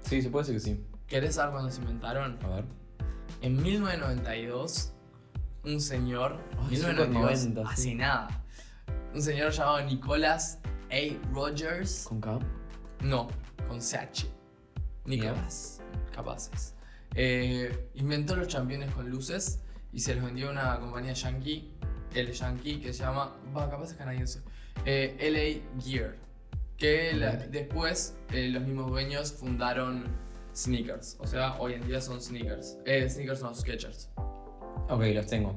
[SPEAKER 5] Sí, se puede decir que sí.
[SPEAKER 4] ¿Querés saber cuándo se inventaron?
[SPEAKER 5] A ver.
[SPEAKER 4] En 1992, un señor.
[SPEAKER 5] Ay,
[SPEAKER 4] 1992,
[SPEAKER 5] 90,
[SPEAKER 4] hace
[SPEAKER 5] sí.
[SPEAKER 4] nada. Un señor llamado Nicholas A. Rogers.
[SPEAKER 5] ¿Con K?
[SPEAKER 4] No, con CH. Nicholas. Capaces. Eh, inventó los championes con luces y se los vendió a una compañía yankee, el yankee, que se llama. Va, capaz es canadiense. eh, LA Gear. Que la-
[SPEAKER 5] Ok.
[SPEAKER 4] después eh, los mismos dueños fundaron sneakers. O sea, hoy en día son sneakers. Eh, sneakers son los Skechers.
[SPEAKER 5] Ok, los tengo.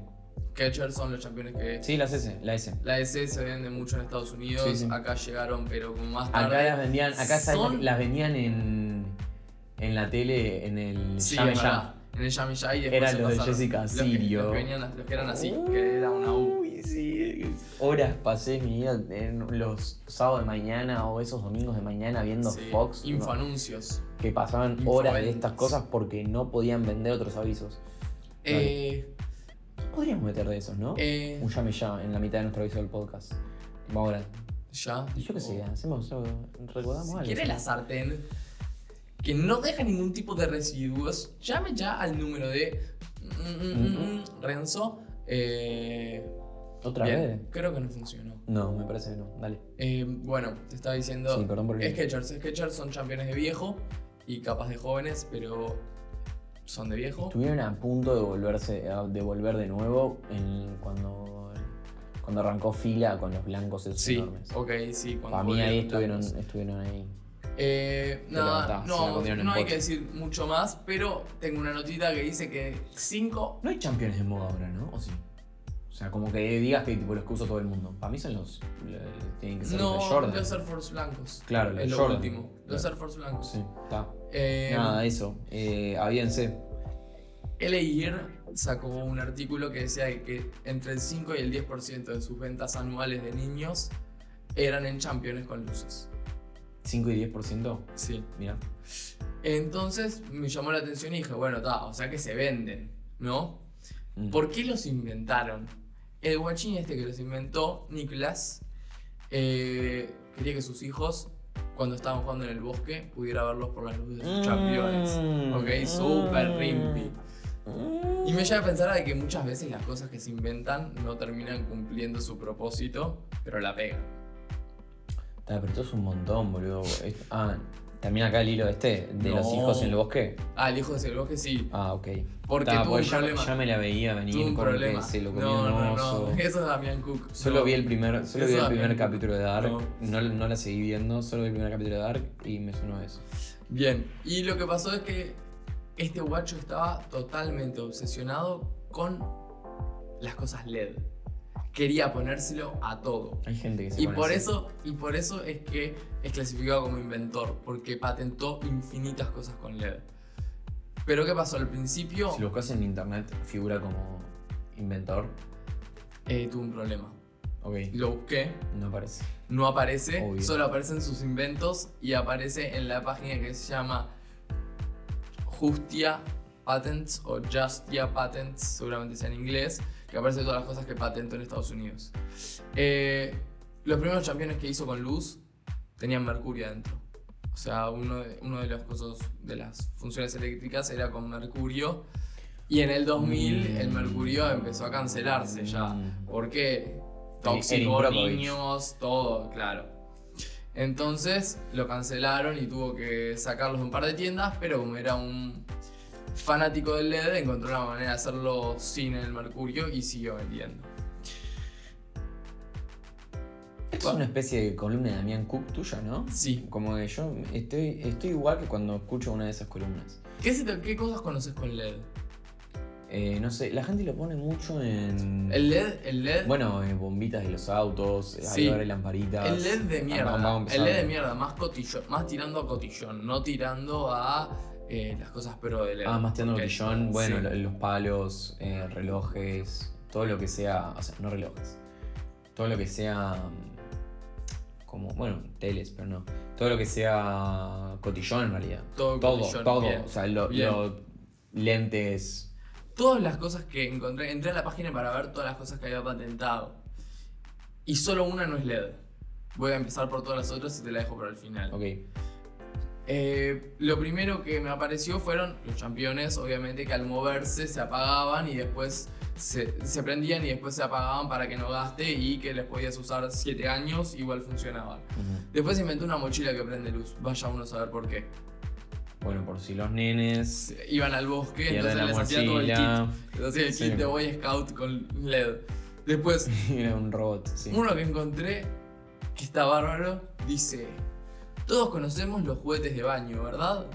[SPEAKER 4] Skechers son los campeones que...
[SPEAKER 5] Sí, las S, la S.
[SPEAKER 4] La S se vende mucho en Estados Unidos,
[SPEAKER 5] Sí, sí.
[SPEAKER 4] acá llegaron pero como más tarde.
[SPEAKER 5] Acá las vendían, acá esas
[SPEAKER 4] Son-
[SPEAKER 5] las vendían en, en la tele, en el
[SPEAKER 4] Sí,
[SPEAKER 5] llame
[SPEAKER 4] es verdad.
[SPEAKER 5] ya.
[SPEAKER 4] En el Yami y después
[SPEAKER 5] Era
[SPEAKER 4] se
[SPEAKER 5] lo de
[SPEAKER 4] pasaron.
[SPEAKER 5] Jessica
[SPEAKER 4] Los que-
[SPEAKER 5] Sirio.
[SPEAKER 4] Los que, venían as- los que eran así, que era una U.
[SPEAKER 5] Uy, sí. Horas pasé mi vida en los sábados de mañana o esos domingos de mañana viendo
[SPEAKER 4] Sí,
[SPEAKER 5] Fox. ¿no?
[SPEAKER 4] Infoanuncios.
[SPEAKER 5] que pasaban horas de
[SPEAKER 4] Influencers.
[SPEAKER 5] estas cosas porque no podían vender otros avisos.
[SPEAKER 4] Eh,
[SPEAKER 5] Podríamos meter de esos, ¿no?
[SPEAKER 4] eh,
[SPEAKER 5] Un llame ya en la mitad de nuestro aviso del podcast. Como ahora.
[SPEAKER 4] ya.
[SPEAKER 5] Yo qué sé, hacemos, recordamos
[SPEAKER 4] Oh. Si
[SPEAKER 5] algo.
[SPEAKER 4] quiere la sartén que no deja ningún tipo de residuos, llame ya al número de mm, mm, mm, mm, Renzo. Eh,
[SPEAKER 5] ¿Otra vez?
[SPEAKER 4] bien, creo que no funcionó.
[SPEAKER 5] No, me parece que no. Dale.
[SPEAKER 4] Eh, bueno, te estaba diciendo.
[SPEAKER 5] Sí, perdón por el-
[SPEAKER 4] Sketchers. Sketchers son campeones de viejo y capaz de jóvenes, pero son de viejo.
[SPEAKER 5] Estuvieron a punto de volverse, a- de volver de nuevo en- cuando, cuando arrancó fila con los blancos esos
[SPEAKER 4] Sí,
[SPEAKER 5] enormes.
[SPEAKER 4] ok, sí. cuando
[SPEAKER 5] Para mí ahí
[SPEAKER 4] volvieron
[SPEAKER 5] estuvieron,
[SPEAKER 4] blancos.
[SPEAKER 5] estuvieron ahí.
[SPEAKER 4] Eh,
[SPEAKER 5] Pero
[SPEAKER 4] nada,
[SPEAKER 5] está, se la
[SPEAKER 4] no,
[SPEAKER 5] comieron en
[SPEAKER 4] no hay
[SPEAKER 5] bote.
[SPEAKER 4] que decir mucho más, pero tengo una notita que dice que 5.
[SPEAKER 5] No hay campeones de moda ahora, ¿no? ¿O sí? O sea, como que digas que tipo, los que usa todo el mundo. Para mí son los. lo- tienen que ser
[SPEAKER 4] No,
[SPEAKER 5] los de Jordan.
[SPEAKER 4] los Air Force blancos.
[SPEAKER 5] Claro, los
[SPEAKER 4] es lo
[SPEAKER 5] Jordan.
[SPEAKER 4] último. Los
[SPEAKER 5] Claro.
[SPEAKER 4] Air Force blancos.
[SPEAKER 5] Sí, está.
[SPEAKER 4] Eh,
[SPEAKER 5] Nada, eso. Eh, avíense.
[SPEAKER 4] LA Gear sacó un artículo que decía que entre el 5 y el 10% de sus ventas anuales de niños eran en campeones con luces.
[SPEAKER 5] 5 y 10%.
[SPEAKER 4] Sí.
[SPEAKER 5] Mira.
[SPEAKER 4] Entonces me llamó la atención y dije, bueno, ta, o sea que se venden, ¿no?
[SPEAKER 5] Mm.
[SPEAKER 4] ¿Por qué los inventaron? El guachín este que los inventó, Nicolás, eh, quería que sus hijos, cuando estaban jugando en el bosque, pudiera verlos por las luces de sus campeones.
[SPEAKER 5] Mm.
[SPEAKER 4] Ok, super rimpi. Y me lleva a pensar de que muchas veces las cosas que se inventan no terminan cumpliendo su propósito, pero la pegan.
[SPEAKER 5] Está, pero esto es un montón, boludo. Es- ah, también acá el hilo este, de los
[SPEAKER 4] No.
[SPEAKER 5] hijos en el bosque.
[SPEAKER 4] Ah, el hijo de ese bosque sí.
[SPEAKER 5] Ah, ok.
[SPEAKER 4] Porque
[SPEAKER 5] Está,
[SPEAKER 4] tuvo
[SPEAKER 5] pues
[SPEAKER 4] un
[SPEAKER 5] ya,
[SPEAKER 4] problema.
[SPEAKER 5] ya me la veía venir
[SPEAKER 4] Tuvo un
[SPEAKER 5] con que
[SPEAKER 4] problema.
[SPEAKER 5] se lo comió
[SPEAKER 4] no,
[SPEAKER 5] un
[SPEAKER 4] no,
[SPEAKER 5] oso.
[SPEAKER 4] no. Eso es Damián Cook.
[SPEAKER 5] Solo
[SPEAKER 4] No.
[SPEAKER 5] vi el primer, solo vi
[SPEAKER 4] Eso
[SPEAKER 5] el primer
[SPEAKER 4] también.
[SPEAKER 5] capítulo de Dark.
[SPEAKER 4] No.
[SPEAKER 5] No. no la seguí viendo, solo vi el primer capítulo de Dark y me sonó eso.
[SPEAKER 4] Bien, y lo que pasó es que este guacho estaba totalmente obsesionado con las cosas LED. Quería ponérselo a todo.
[SPEAKER 5] Hay gente que se
[SPEAKER 4] Y
[SPEAKER 5] pone
[SPEAKER 4] por
[SPEAKER 5] así.
[SPEAKER 4] eso, y por eso es que es clasificado como inventor, porque patentó infinitas cosas con LED. Pero ¿qué pasó? Al principio
[SPEAKER 5] Si lo buscas en internet, figura como inventor.
[SPEAKER 4] eh, tuvo un problema.
[SPEAKER 5] Ok.
[SPEAKER 4] Lo busqué,
[SPEAKER 5] No parece.
[SPEAKER 4] no aparece,
[SPEAKER 5] Obvio.
[SPEAKER 4] solo aparecen sus inventos y aparece en la página que se llama Justia Patents o Justia Patents, seguramente sea en inglés, que aparece todas las cosas que patentó en Estados Unidos. Eh, los primeros campeones que hizo con luz tenían mercurio adentro. O sea, uno de, uno de los cosas de las funciones eléctricas era con mercurio. Y en el 2000 el mercurio empezó a cancelarse ya.
[SPEAKER 5] Mm.
[SPEAKER 4] Porque
[SPEAKER 5] Erin
[SPEAKER 4] tóxico,
[SPEAKER 5] Brockovich.
[SPEAKER 4] niños, todo, claro. Entonces lo cancelaron y tuvo que sacarlos de un par de tiendas, pero como era un fanático del LED, encontró la manera de hacerlo sin el mercurio y siguió vendiendo.
[SPEAKER 5] Esto es una especie de columna de Damián Cook tuya, ¿no?
[SPEAKER 4] Sí.
[SPEAKER 5] Como que yo estoy, estoy igual que cuando escucho una de esas columnas.
[SPEAKER 4] ¿Qué, se te- qué cosas conoces con E LED?
[SPEAKER 5] Eh, no sé, la gente lo pone mucho en.
[SPEAKER 4] El LED, el E LED,
[SPEAKER 5] Bueno, en bombitas de los autos, eh,
[SPEAKER 4] Sí.
[SPEAKER 5] ahora lamparitas.
[SPEAKER 4] el LED de mierda.
[SPEAKER 5] Vamos- Ah, vamos a
[SPEAKER 4] el LED de
[SPEAKER 5] empezar.
[SPEAKER 4] mierda, más cotillón, más tirando a cotillón, no tirando a eh, las cosas pero de LED.
[SPEAKER 5] Ah, más tirando
[SPEAKER 4] Ok.
[SPEAKER 5] botellón, bueno,
[SPEAKER 4] Sí.
[SPEAKER 5] lo- los palos, eh, relojes, todo lo que sea, o sea, no relojes, todo lo que sea mm, como, bueno, teles, pero no, todo lo que sea cotillón en realidad.
[SPEAKER 4] Todo
[SPEAKER 5] todo,
[SPEAKER 4] cotillón,
[SPEAKER 5] todo,
[SPEAKER 4] bien,
[SPEAKER 5] o sea, lo-
[SPEAKER 4] bien.
[SPEAKER 5] lo- lentes,
[SPEAKER 4] todas las cosas que encontré, entré a la página para ver todas las cosas que había patentado. Y solo una no es LED. Voy a empezar por todas las otras y te la dejo para el final.
[SPEAKER 5] ok,
[SPEAKER 4] Eh, lo primero que me apareció fueron los championes, obviamente que al moverse se apagaban y después se, se prendían y después se apagaban para que no gaste y que les podías usar 7 años, igual funcionaban.
[SPEAKER 5] ujú.
[SPEAKER 4] Después inventó una mochila que prende luz, vaya uno a saber por qué.
[SPEAKER 5] bueno, por si los nenes,
[SPEAKER 4] Se- Iban al bosque,
[SPEAKER 5] pierden
[SPEAKER 4] entonces
[SPEAKER 5] la
[SPEAKER 4] les hacía todo el kit.
[SPEAKER 5] mochila,
[SPEAKER 4] Así el
[SPEAKER 5] Sí.
[SPEAKER 4] kit de Boy Scout con LED. Después,
[SPEAKER 5] era un robot, sí.
[SPEAKER 4] uno que encontré que está bárbaro, dice: Todos conocemos los juguetes de baño, ¿verdad?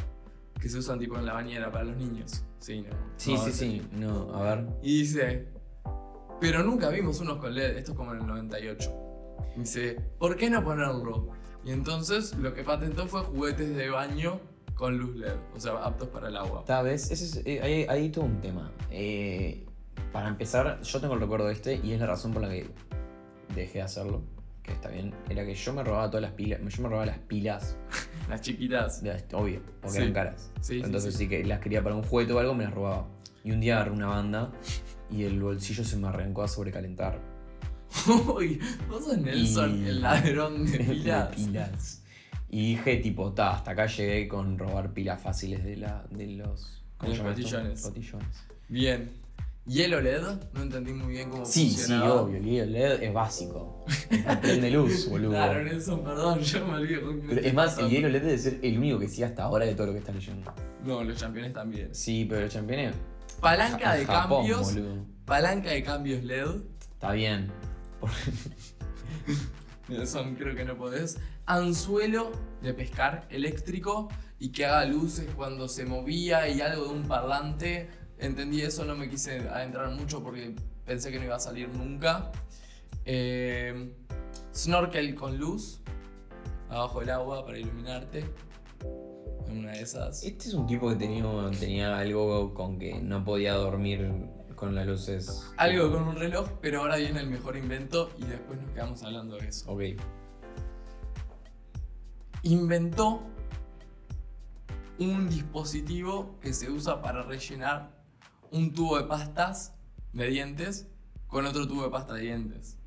[SPEAKER 4] que se usan tipo en la bañera para los niños. Sí, no.
[SPEAKER 5] Sí,
[SPEAKER 4] No,
[SPEAKER 5] sí,
[SPEAKER 4] es-
[SPEAKER 5] sí. No, a ver.
[SPEAKER 4] Y dice, pero nunca vimos unos con LED, esto es como en el 98. Y dice, ¿por qué no ponerlo? Y entonces lo que patentó fue juguetes de baño con luz LED, o sea, aptos para el agua.
[SPEAKER 5] Tal vez, ese es, eh, ahí, ahí todo un tema. Eh, para empezar, yo tengo el recuerdo de este y es la razón por la que dejé de hacerlo, que está bien, era que yo me robaba todas las pilas, yo me robaba las pilas,
[SPEAKER 4] Las chiquitas.
[SPEAKER 5] de las- obvio, porque
[SPEAKER 4] Sí.
[SPEAKER 5] eran caras.
[SPEAKER 4] Sí, sí,
[SPEAKER 5] Entonces
[SPEAKER 4] sí.
[SPEAKER 5] sí que las quería para un juguete o algo, me las robaba. Y un día agarré una banda y el bolsillo se me arrancó a sobrecalentar.
[SPEAKER 4] Uy, vos sos Nelson,
[SPEAKER 5] Y-
[SPEAKER 4] el ladrón de pilas.
[SPEAKER 5] De pilas. Y dije, tipo, ta, hasta acá llegué con robar pilas fáciles de, la, de los.
[SPEAKER 4] De los
[SPEAKER 5] se llama esto?
[SPEAKER 4] botillones.
[SPEAKER 5] Botillones.
[SPEAKER 4] Bien. ¿Hielo LED? No entendí muy bien cómo
[SPEAKER 5] Sí, sí,
[SPEAKER 4] funcionaba.
[SPEAKER 5] obvio, el LED, es básico. Prende luz, boludo.
[SPEAKER 4] Claro, Nelson, perdón, yo me olvidé. con quién
[SPEAKER 5] Pero es
[SPEAKER 4] estoy
[SPEAKER 5] más, el
[SPEAKER 4] pasando.
[SPEAKER 5] hielo LED debe ser el único que sigue hasta ahora de todo lo que está leyendo.
[SPEAKER 4] No, los campeones también.
[SPEAKER 5] Sí, pero los campeones.
[SPEAKER 4] Palanca
[SPEAKER 5] Ja-
[SPEAKER 4] de
[SPEAKER 5] Japón,
[SPEAKER 4] cambios.
[SPEAKER 5] boludo.
[SPEAKER 4] Palanca de cambios E LED.
[SPEAKER 5] Está bien.
[SPEAKER 4] Nelson, creo que no podés. Anzuelo de pescar eléctrico y que haga luces cuando se movía y algo de un parlante. Entendí eso, no me quise adentrar mucho porque pensé que no iba a salir nunca. Eh, snorkel con luz abajo del agua para iluminarte. En una de esas.
[SPEAKER 5] Este es un tipo que tenía, tenía algo con que no podía dormir con las luces.
[SPEAKER 4] Algo con un reloj, pero ahora viene el mejor invento y después nos quedamos hablando de eso.
[SPEAKER 5] Ok.
[SPEAKER 4] inventó un dispositivo que se usa para rellenar un tubo de pastas de dientes con otro tubo de pasta de dientes.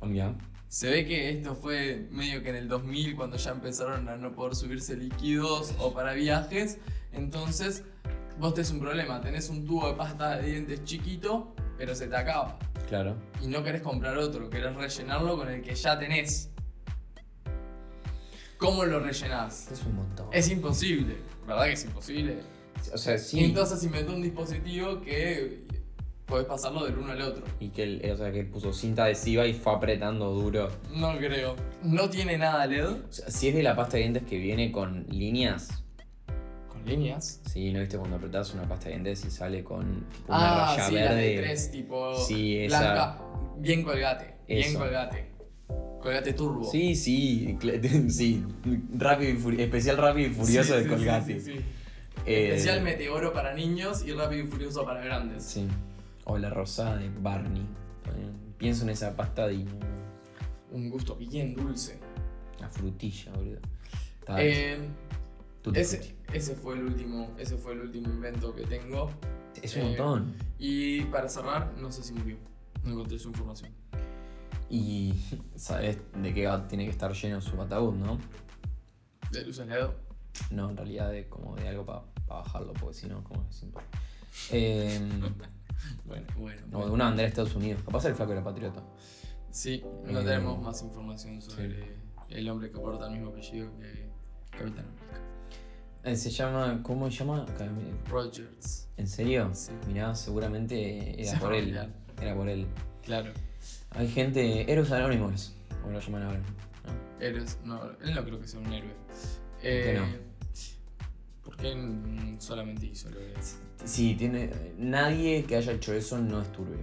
[SPEAKER 5] Ah, mirá.
[SPEAKER 4] Se ve que esto fue medio que en el 2000 cuando ya empezaron a no poder subirse líquidos o para viajes. Entonces, vos tenés un problema, tenés un tubo de pasta de dientes chiquito, pero se te acaba.
[SPEAKER 5] Claro.
[SPEAKER 4] Y no querés comprar otro, querés rellenarlo con el que ya tenés. ¿Cómo lo rellenás?
[SPEAKER 5] Este es un montón.
[SPEAKER 4] Es imposible, ¿verdad que es imposible?
[SPEAKER 5] O sea,
[SPEAKER 4] Y
[SPEAKER 5] sí.
[SPEAKER 4] entonces inventó un dispositivo que podés pasarlo del uno al otro.
[SPEAKER 5] Y que, el- o sea, que puso cinta adhesiva y fue apretando duro.
[SPEAKER 4] No creo. No tiene nada E LED.
[SPEAKER 5] O sea, si es de la pasta de dientes que viene con líneas,
[SPEAKER 4] Con líneas.
[SPEAKER 5] Sí, ¿no viste cuando apretás una pasta de dientes y sale con tipo, una
[SPEAKER 4] Ah,
[SPEAKER 5] raya
[SPEAKER 4] sí, la de
[SPEAKER 5] verde?
[SPEAKER 4] tres, tipo
[SPEAKER 5] Sí, esa.
[SPEAKER 4] blanca. Bien colgate, bien
[SPEAKER 5] Eso.
[SPEAKER 4] colgate. Colgate turbo.
[SPEAKER 5] Sí, sí, cl- sí. Rápido y furi- especial rápido y furioso
[SPEAKER 4] Sí,
[SPEAKER 5] de
[SPEAKER 4] sí, sí,
[SPEAKER 5] Colgate.
[SPEAKER 4] sí, sí.
[SPEAKER 5] Eh,
[SPEAKER 4] Especial meteoro para niños y rápido y furioso para grandes.
[SPEAKER 5] Sí. O la rosada de Barney. También Pienso en esa pasta y
[SPEAKER 4] Un gusto bien dulce.
[SPEAKER 5] la frutilla, boludo. Está
[SPEAKER 4] Eh,
[SPEAKER 5] tutti
[SPEAKER 4] ese,
[SPEAKER 5] frutti.
[SPEAKER 4] ese fue el último, ese fue el último invento que tengo.
[SPEAKER 5] es un
[SPEAKER 4] eh,
[SPEAKER 5] montón.
[SPEAKER 4] Y para cerrar, no sé si murió. No encontré su información.
[SPEAKER 5] Y sabes de qué va- tiene que estar lleno su ataúd, ¿no?
[SPEAKER 4] ¿De luz dedo?
[SPEAKER 5] No, en realidad de como de algo para bajarlo, porque si no, como que siempre. Eh,
[SPEAKER 4] Bueno, bueno.
[SPEAKER 5] No, de
[SPEAKER 4] bueno.
[SPEAKER 5] una bandera de Estados Unidos. Capaz el flaco era patriota.
[SPEAKER 4] Sí, no
[SPEAKER 5] Eh,
[SPEAKER 4] tenemos más información sobre el hombre que porta el mismo apellido que Capitán América.
[SPEAKER 5] Eh, se llama. ¿Cómo se llama? Cam-
[SPEAKER 4] Rogers.
[SPEAKER 5] ¿En serio?
[SPEAKER 4] Sí.
[SPEAKER 5] Mirá, seguramente
[SPEAKER 4] Se
[SPEAKER 5] era por él.
[SPEAKER 4] llama
[SPEAKER 5] Era por él.
[SPEAKER 4] Claro.
[SPEAKER 5] Hay gente. Héroes Anónimos, como lo llaman ahora. ¿no?
[SPEAKER 4] Héroes. No, él no creo que sea un héroe.
[SPEAKER 5] qué no?
[SPEAKER 4] Porque solamente hizo lo que es.
[SPEAKER 5] Sí, tiene. Nadie que haya hecho eso no es turbio.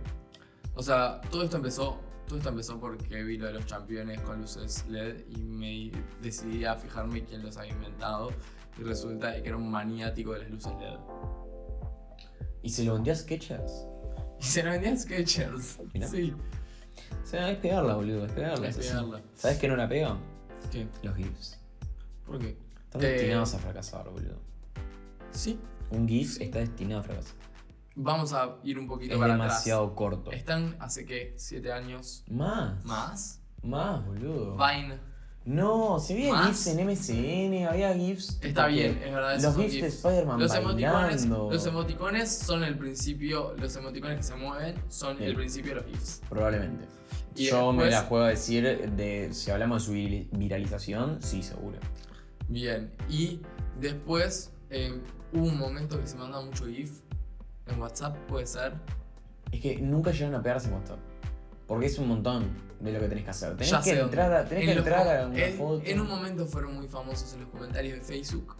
[SPEAKER 4] O sea, todo esto empezó. Todo esto empezó porque vi lo de los campeones con luces LED y me decidí a fijarme quién los había inventado. Y resulta que era un maniático de las luces LED.
[SPEAKER 5] Y se lo vendió a Sketchers.
[SPEAKER 4] Y se lo vendían Sketchers.
[SPEAKER 5] Mirá.
[SPEAKER 4] Sí.
[SPEAKER 5] O sea, es pegarla, boludo. Es pegarla.
[SPEAKER 4] Es
[SPEAKER 5] es así.
[SPEAKER 4] pegarla.
[SPEAKER 5] ¿Sabes que no la pega?
[SPEAKER 4] ¿Qué?
[SPEAKER 5] Los GIFs.
[SPEAKER 4] ¿Por qué?
[SPEAKER 5] Están
[SPEAKER 4] Eh.
[SPEAKER 5] destinados a fracasar, boludo.
[SPEAKER 4] Sí.
[SPEAKER 5] Un GIF está destinado a fracasar.
[SPEAKER 4] Vamos a ir un poquito
[SPEAKER 5] Es
[SPEAKER 4] para
[SPEAKER 5] demasiado corto.
[SPEAKER 4] atrás. Están hace qué? ¿Siete años
[SPEAKER 5] Más.
[SPEAKER 4] más?
[SPEAKER 5] Más, boludo.
[SPEAKER 4] Vine.
[SPEAKER 5] No, se veía
[SPEAKER 4] ¿Más?
[SPEAKER 5] GIFs en MSN, había GIFs.
[SPEAKER 4] Está
[SPEAKER 5] porque
[SPEAKER 4] bien, es verdad. esos
[SPEAKER 5] Los
[SPEAKER 4] son
[SPEAKER 5] GIFs de
[SPEAKER 4] GIFs.
[SPEAKER 5] Spider-Man
[SPEAKER 4] Los emoticones,
[SPEAKER 5] bailando.
[SPEAKER 4] los emoticones son el principio, los emoticones que se mueven son
[SPEAKER 5] Sí.
[SPEAKER 4] el principio de los GIFs.
[SPEAKER 5] Probablemente.
[SPEAKER 4] Y
[SPEAKER 5] Yo me
[SPEAKER 4] después-
[SPEAKER 5] la juego a decir de si hablamos de su viril- viralización, sí, seguro.
[SPEAKER 4] Bien, y después eh, hubo un momento que se manda mucho GIF en WhatsApp, puede ser.
[SPEAKER 5] Es que nunca llegaron a pegarse en WhatsApp. Porque es un montón de lo que tenés que hacer. Tenés
[SPEAKER 4] Ya
[SPEAKER 5] que
[SPEAKER 4] sé dónde.
[SPEAKER 5] entrar, a, tenés
[SPEAKER 4] En
[SPEAKER 5] que
[SPEAKER 4] los
[SPEAKER 5] entrar
[SPEAKER 4] com-
[SPEAKER 5] a una
[SPEAKER 4] en,
[SPEAKER 5] foto.
[SPEAKER 4] en un momento fueron muy famosos en los comentarios de Facebook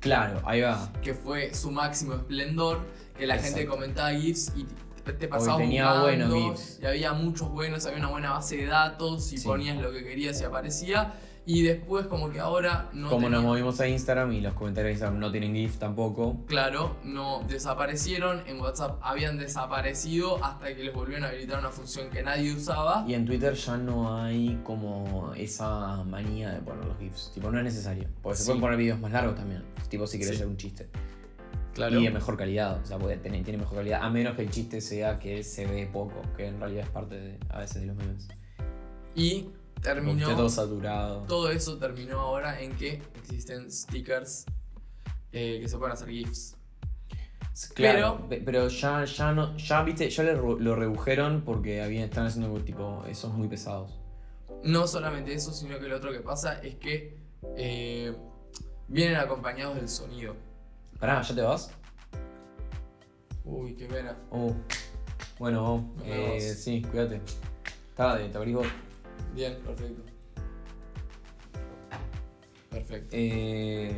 [SPEAKER 5] Claro, ahí va.
[SPEAKER 4] que fue su máximo esplendor, que la gente
[SPEAKER 5] Exacto.
[SPEAKER 4] comentaba GIFs y te- te pasaba
[SPEAKER 5] tenía
[SPEAKER 4] buscando,
[SPEAKER 5] buenos GIFs.
[SPEAKER 4] y había muchos buenos, había una buena base de datos, y
[SPEAKER 5] Sí.
[SPEAKER 4] ponías lo que querías y aparecía, y después como que ahora no
[SPEAKER 5] Como nos
[SPEAKER 4] tenía-
[SPEAKER 5] movimos a Instagram y los comentarios de Instagram no tienen GIF tampoco.
[SPEAKER 4] Claro, no desaparecieron, en WhatsApp habían desaparecido hasta que les volvieron a habilitar una función que nadie usaba.
[SPEAKER 5] Y en Twitter ya no hay como esa manía de poner los GIFs. Tipo, no es necesario. Porque
[SPEAKER 4] Sí.
[SPEAKER 5] se pueden poner videos más largos también. Tipo, si querés
[SPEAKER 4] Sí.
[SPEAKER 5] hacer un chiste.
[SPEAKER 4] Claro.
[SPEAKER 5] Y de mejor calidad. O sea, puede tener, tiene mejor calidad. A menos que el chiste sea que se ve poco. Que en realidad es parte de, a veces de los memes.
[SPEAKER 4] Y
[SPEAKER 5] Como que
[SPEAKER 4] terminó.
[SPEAKER 5] esté todo saturado.
[SPEAKER 4] Todo eso terminó ahora en que existen stickers eh, que se pueden hacer GIFs.
[SPEAKER 5] Claro, pe- pero ya, ya no, ya viste, ya le ru- lo redujeron porque habían, están haciendo como, tipo esos muy pesados.
[SPEAKER 4] No solamente eso, sino que lo otro que pasa es que eh, vienen acompañados del sonido.
[SPEAKER 5] Pará, ¿ya te vas?
[SPEAKER 4] Uy, qué pena.
[SPEAKER 5] Oh. Bueno, oh,
[SPEAKER 4] Nos
[SPEAKER 5] eh,
[SPEAKER 4] vemos.
[SPEAKER 5] sí, cuídate. Tarde, te abrís vos.
[SPEAKER 4] Bien, perfecto. Perfecto.
[SPEAKER 5] Eh,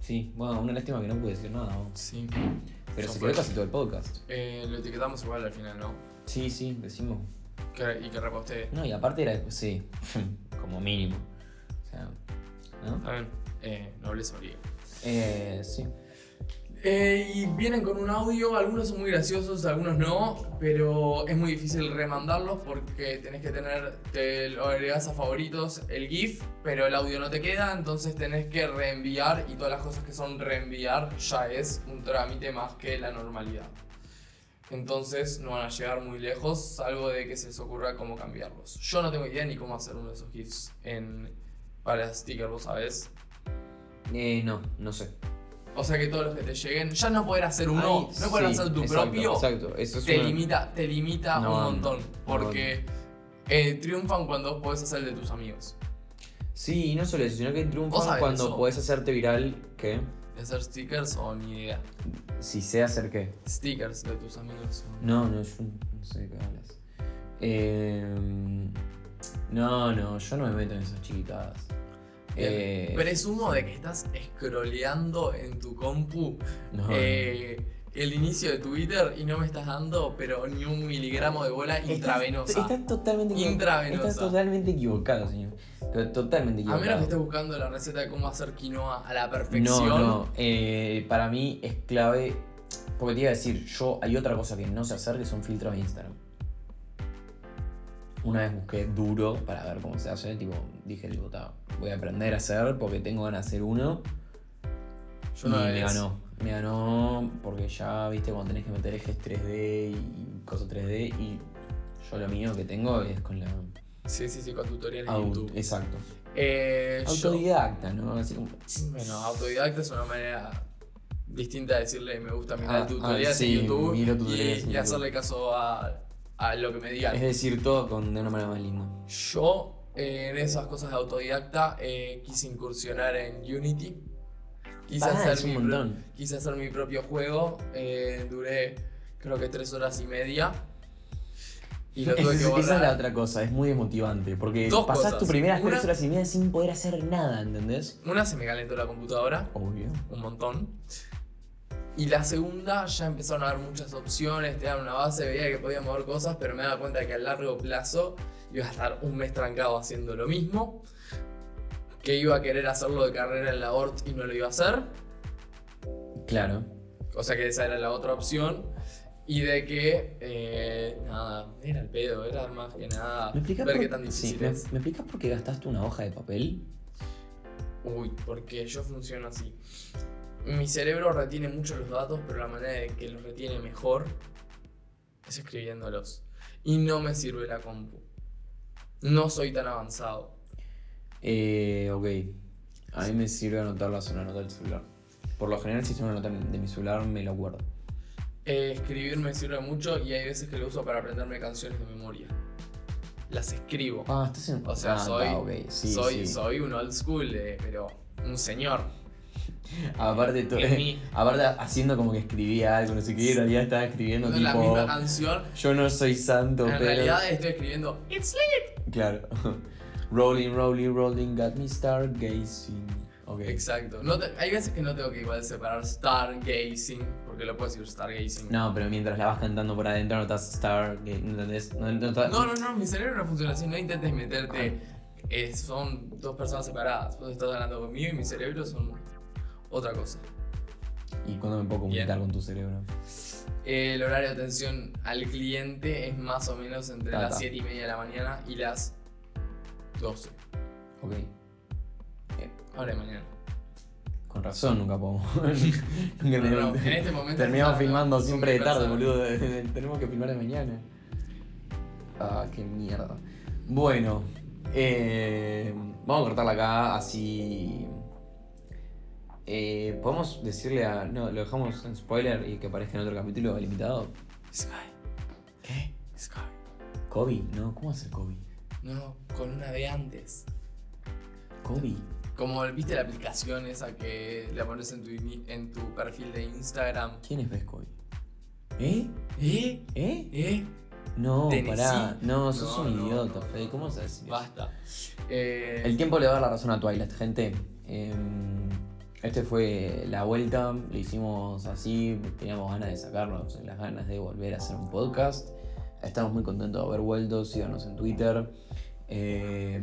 [SPEAKER 5] sí, bueno, una lástima que no pude decir nada. vos.
[SPEAKER 4] Sí.
[SPEAKER 5] Pero
[SPEAKER 4] Ya
[SPEAKER 5] se
[SPEAKER 4] fue.
[SPEAKER 5] quedó casi todo el podcast.
[SPEAKER 4] Eh, lo etiquetamos igual al final, ¿no?
[SPEAKER 5] Sí, sí, decimos.
[SPEAKER 4] Que- y que repostee.
[SPEAKER 5] No, y aparte era, sí, como mínimo. O sea, ¿no?
[SPEAKER 4] Está bien. Eh, nobleza obliga.
[SPEAKER 5] Eh, sí.
[SPEAKER 4] Eh, y vienen con un audio, algunos son muy graciosos, algunos no, pero es muy difícil remandarlos porque tenés que tener, te lo agregás a favoritos el GIF, pero el audio no te queda, entonces tenés que reenviar y todas las cosas que son reenviar ya es un trámite más que la normalidad. Entonces no van a llegar muy lejos, salvo de que se les ocurra cómo cambiarlos. Yo no tengo idea ni cómo hacer uno de esos GIFs en, para stickers, vos sabés.
[SPEAKER 5] Eh, no, no sé.
[SPEAKER 4] O sea que todos los que te lleguen, ya no poder hacer uno,
[SPEAKER 5] Ay,
[SPEAKER 4] no poder
[SPEAKER 5] sí,
[SPEAKER 4] hacer tu
[SPEAKER 5] exacto,
[SPEAKER 4] propio,
[SPEAKER 5] Exacto, eso es
[SPEAKER 4] te
[SPEAKER 5] una-
[SPEAKER 4] limita, te limita
[SPEAKER 5] No,
[SPEAKER 4] un
[SPEAKER 5] no,
[SPEAKER 4] montón.
[SPEAKER 5] no,
[SPEAKER 4] porque eh, triunfan cuando vos podés hacer el de tus amigos.
[SPEAKER 5] Sí, y no solo eso, sino
[SPEAKER 4] Vos
[SPEAKER 5] que
[SPEAKER 4] sabés
[SPEAKER 5] triunfan cuando
[SPEAKER 4] eso.
[SPEAKER 5] podés hacerte viral. ¿Qué?
[SPEAKER 4] De hacer stickers o ni idea.
[SPEAKER 5] Si sé hacer qué.
[SPEAKER 4] Stickers de tus amigos. o-
[SPEAKER 5] No, no, yo no sé de qué hablas. Eh, no, no, yo no me meto en esas chiquitadas.
[SPEAKER 4] Bien,
[SPEAKER 5] Eh,
[SPEAKER 4] Presumo de que estás scrolleando en tu compu
[SPEAKER 5] no,
[SPEAKER 4] eh, el inicio de Twitter y no me estás dando, pero ni un miligramo de bola
[SPEAKER 5] Estás-
[SPEAKER 4] intravenosa.
[SPEAKER 5] Estás totalmente equivo-
[SPEAKER 4] Intravenosa.
[SPEAKER 5] Estás totalmente equivocado, señor. Pero Totalmente
[SPEAKER 4] a
[SPEAKER 5] equivocado.
[SPEAKER 4] menos que estés buscando la receta de cómo hacer quinoa a la perfección.
[SPEAKER 5] No, no. eh, para mí es clave. Porque te iba a decir, yo hay otra cosa que no sé hacer que son filtros de Instagram. Una vez busqué duro para ver cómo se hace, tipo, dije, tipo, "Ta, voy a aprender a hacer porque tengo ganas de hacer uno.
[SPEAKER 4] Yo una
[SPEAKER 5] y me
[SPEAKER 4] vez-
[SPEAKER 5] ganó. Me ganó porque ya, viste, cuando tenés que meter ejes 3D y cosas 3D y yo lo mío que tengo es con la...
[SPEAKER 4] Sí, sí, sí, con tutoriales de
[SPEAKER 5] Auto,
[SPEAKER 4] YouTube.
[SPEAKER 5] exacto.
[SPEAKER 4] Eh, yo-
[SPEAKER 5] Autodidacta, ¿no? Así como...
[SPEAKER 4] bueno, autodidacta es una manera distinta de decirle me gusta mirar
[SPEAKER 5] Ah,
[SPEAKER 4] tutoriales
[SPEAKER 5] ah, sí,
[SPEAKER 4] en YouTube
[SPEAKER 5] miro
[SPEAKER 4] y-
[SPEAKER 5] tutoriales
[SPEAKER 4] y,
[SPEAKER 5] en YouTube.
[SPEAKER 4] hacerle caso a, a lo que me
[SPEAKER 5] Es
[SPEAKER 4] digan.
[SPEAKER 5] decir, todo con, de una manera más linda.
[SPEAKER 4] Yo eh, en esas cosas de autodidacta eh, quise incursionar en Unity. Quise,
[SPEAKER 5] Ah,
[SPEAKER 4] hacer
[SPEAKER 5] es un
[SPEAKER 4] mi pro-
[SPEAKER 5] montón.
[SPEAKER 4] quise hacer mi propio juego. eh, duré creo que tres horas y media. Y lo tuve
[SPEAKER 5] Es-
[SPEAKER 4] que
[SPEAKER 5] esa es la
[SPEAKER 4] borrar.
[SPEAKER 5] otra cosa, es muy desmotivante. Porque
[SPEAKER 4] Dos
[SPEAKER 5] pasás
[SPEAKER 4] cosas.
[SPEAKER 5] tus primeras
[SPEAKER 4] Una-
[SPEAKER 5] tres horas y media sin poder hacer nada, ¿entendés?
[SPEAKER 4] Una se me calentó la computadora.
[SPEAKER 5] Obvio.
[SPEAKER 4] un montón. Y la segunda ya empezaron a dar muchas opciones, te dan una base, veía que podía mover cosas, pero me daba cuenta de que a largo plazo iba a estar un mes trancado haciendo lo mismo, que iba a querer hacerlo de carrera en la ORT y no lo iba a hacer,
[SPEAKER 5] Claro.
[SPEAKER 4] o sea que esa era la otra opción, y de que, eh, nada, era el pedo, era más que nada
[SPEAKER 5] ¿Me explicas
[SPEAKER 4] ver
[SPEAKER 5] por...
[SPEAKER 4] qué tan
[SPEAKER 5] sí,
[SPEAKER 4] difícil
[SPEAKER 5] ¿me-
[SPEAKER 4] es.
[SPEAKER 5] ¿Me explicas por qué gastaste una hoja de papel?
[SPEAKER 4] Uy, porque yo funciono así. Mi cerebro retiene mucho los datos, pero la manera de que los retiene mejor es escribiéndolos. Y no me sirve la compu. No soy tan avanzado.
[SPEAKER 5] Eh, ok. A mí me sirve anotarlas en una nota del celular. Por lo general, si es una nota de mi celular, me lo acuerdo.
[SPEAKER 4] Eh, escribir me sirve mucho y hay veces que lo uso para aprenderme canciones de memoria. Las escribo.
[SPEAKER 5] Ah, estás en.
[SPEAKER 4] O sea,
[SPEAKER 5] Ah,
[SPEAKER 4] soy,
[SPEAKER 5] está, ok, sí,
[SPEAKER 4] soy,
[SPEAKER 5] sí.
[SPEAKER 4] soy un old school, eh, pero un señor.
[SPEAKER 5] Aparte, to-
[SPEAKER 4] en mí.
[SPEAKER 5] aparte, haciendo como que escribía algo, no sé qué, en realidad estaba escribiendo
[SPEAKER 4] No es
[SPEAKER 5] tipo.
[SPEAKER 4] la misma canción.
[SPEAKER 5] Yo no soy santo,
[SPEAKER 4] En
[SPEAKER 5] pero.
[SPEAKER 4] realidad estoy escribiendo It's
[SPEAKER 5] Claro. Rolling, rolling, rolling, got me stargazing. Ok.
[SPEAKER 4] Exacto. No te- hay veces que no tengo que igual separar stargazing, porque lo puedo decir stargazing.
[SPEAKER 5] No, pero mientras la vas cantando por adentro no estás Star. ¿Entendés? No, no, estás-
[SPEAKER 4] No, no, no, mi cerebro no funciona así, no intentes meterte.
[SPEAKER 5] Ah.
[SPEAKER 4] eh, son dos personas separadas. Vos estás hablando conmigo y mi cerebro son otra cosa.
[SPEAKER 5] ¿Y cuándo me puedo comunicar
[SPEAKER 4] Bien.
[SPEAKER 5] con tu cerebro?
[SPEAKER 4] Eh, El horario de atención al cliente es más o menos entre
[SPEAKER 5] Ta, ta.
[SPEAKER 4] las 7 y media de la mañana y las 12.
[SPEAKER 5] Ok. Eh,
[SPEAKER 4] Ahora de mañana.
[SPEAKER 5] con razón nunca podemos. Nunca
[SPEAKER 4] No, no,
[SPEAKER 5] tenemos-
[SPEAKER 4] en este momento.
[SPEAKER 5] Terminamos
[SPEAKER 4] está-
[SPEAKER 5] filmando
[SPEAKER 4] son
[SPEAKER 5] siempre de
[SPEAKER 4] mil
[SPEAKER 5] tarde,
[SPEAKER 4] personas.
[SPEAKER 5] boludo. Tenemos que filmar de mañana. Ah, qué mierda. Bueno, eh, vamos a cortarla acá, así. Eh, ¿Podemos decirle a. No, lo dejamos en spoiler y que aparezca en otro capítulo limitado?
[SPEAKER 4] Sky,
[SPEAKER 5] ¿Qué?
[SPEAKER 4] Sky.
[SPEAKER 5] ¿Kobe? No, ¿cómo va a ser Kobe?
[SPEAKER 4] No, con una de antes.
[SPEAKER 5] ¿Kobe?
[SPEAKER 4] Como viste la aplicación esa que la pones en tu, ini- en tu perfil de Instagram.
[SPEAKER 5] ¿Quién es Best Kobe? ¿Eh?
[SPEAKER 4] ¿Eh?
[SPEAKER 5] ¿Eh?
[SPEAKER 4] ¿Eh?
[SPEAKER 5] No,
[SPEAKER 4] Tennessee.
[SPEAKER 5] pará. No, sos
[SPEAKER 4] No,
[SPEAKER 5] un
[SPEAKER 4] no,
[SPEAKER 5] idiota,
[SPEAKER 4] no,
[SPEAKER 5] Fede.
[SPEAKER 4] no,
[SPEAKER 5] ¿Cómo vas a decir eso?
[SPEAKER 4] Basta. Eh,
[SPEAKER 5] El tiempo le va a dar la razón a Twilight, gente. Eh, este fue la vuelta, lo hicimos así, teníamos ganas de sacarnos, las ganas de volver a hacer un podcast. Estamos muy contentos de haber vuelto, síganos en Twitter. Eh,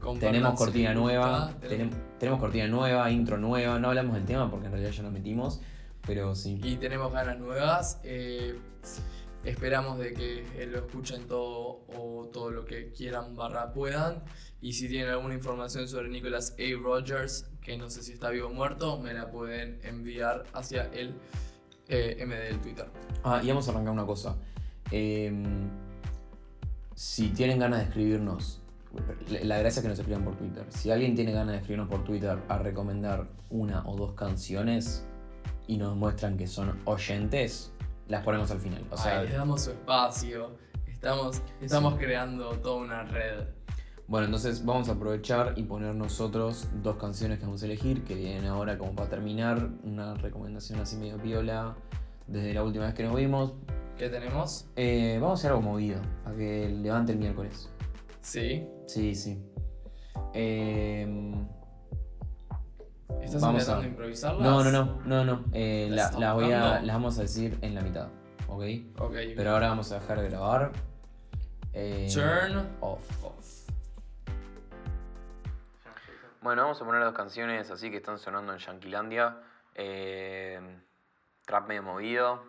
[SPEAKER 4] compartan
[SPEAKER 5] tenemos
[SPEAKER 4] si
[SPEAKER 5] cortina
[SPEAKER 4] les gusta,
[SPEAKER 5] nueva,
[SPEAKER 4] tenemos-
[SPEAKER 5] tenemos, tenemos cortina nueva, intro nueva, no hablamos del tema porque en realidad ya nos metimos, pero sí.
[SPEAKER 4] y tenemos ganas nuevas. eh, esperamos de que eh, lo escuchen todo o todo lo que quieran barra puedan. Y si tienen alguna información sobre Nicholas A. Rogers, que no sé si está vivo o muerto, me la pueden enviar hacia el eh, MD del Twitter.
[SPEAKER 5] Ah, y vamos a arrancar una cosa. Eh, si tienen ganas de escribirnos, la- la gracia es que nos escriban por Twitter. Si alguien tiene ganas de escribirnos por Twitter a recomendar una o dos canciones y nos muestran que son oyentes, las ponemos al final. O sea,
[SPEAKER 4] Ay, les damos su espacio. Estamos, estamos creando toda una red.
[SPEAKER 5] bueno, entonces vamos a aprovechar y poner nosotros dos canciones que vamos a elegir, que vienen ahora como para terminar, una recomendación así medio viola desde la última vez que nos vimos.
[SPEAKER 4] ¿Qué tenemos?
[SPEAKER 5] Eh, vamos a hacer algo movido, a que levante el miércoles.
[SPEAKER 4] Sí.
[SPEAKER 5] Sí, sí. Em,
[SPEAKER 4] ¿Estás
[SPEAKER 5] Vamos
[SPEAKER 4] intentando
[SPEAKER 5] a-
[SPEAKER 4] improvisarlas?
[SPEAKER 5] no, no, no, no, no. eh, la-
[SPEAKER 4] ¿Las
[SPEAKER 5] las, voy a,
[SPEAKER 4] tocando?
[SPEAKER 5] las vamos a decir en la mitad, ¿ok?
[SPEAKER 4] Ok.
[SPEAKER 5] Pero ahora vamos a dejar de grabar. eh,
[SPEAKER 4] Turn
[SPEAKER 5] off.
[SPEAKER 4] off.
[SPEAKER 5] Bueno, vamos a poner dos canciones así que están sonando en Yanquilandia. Eh, trap medio movido.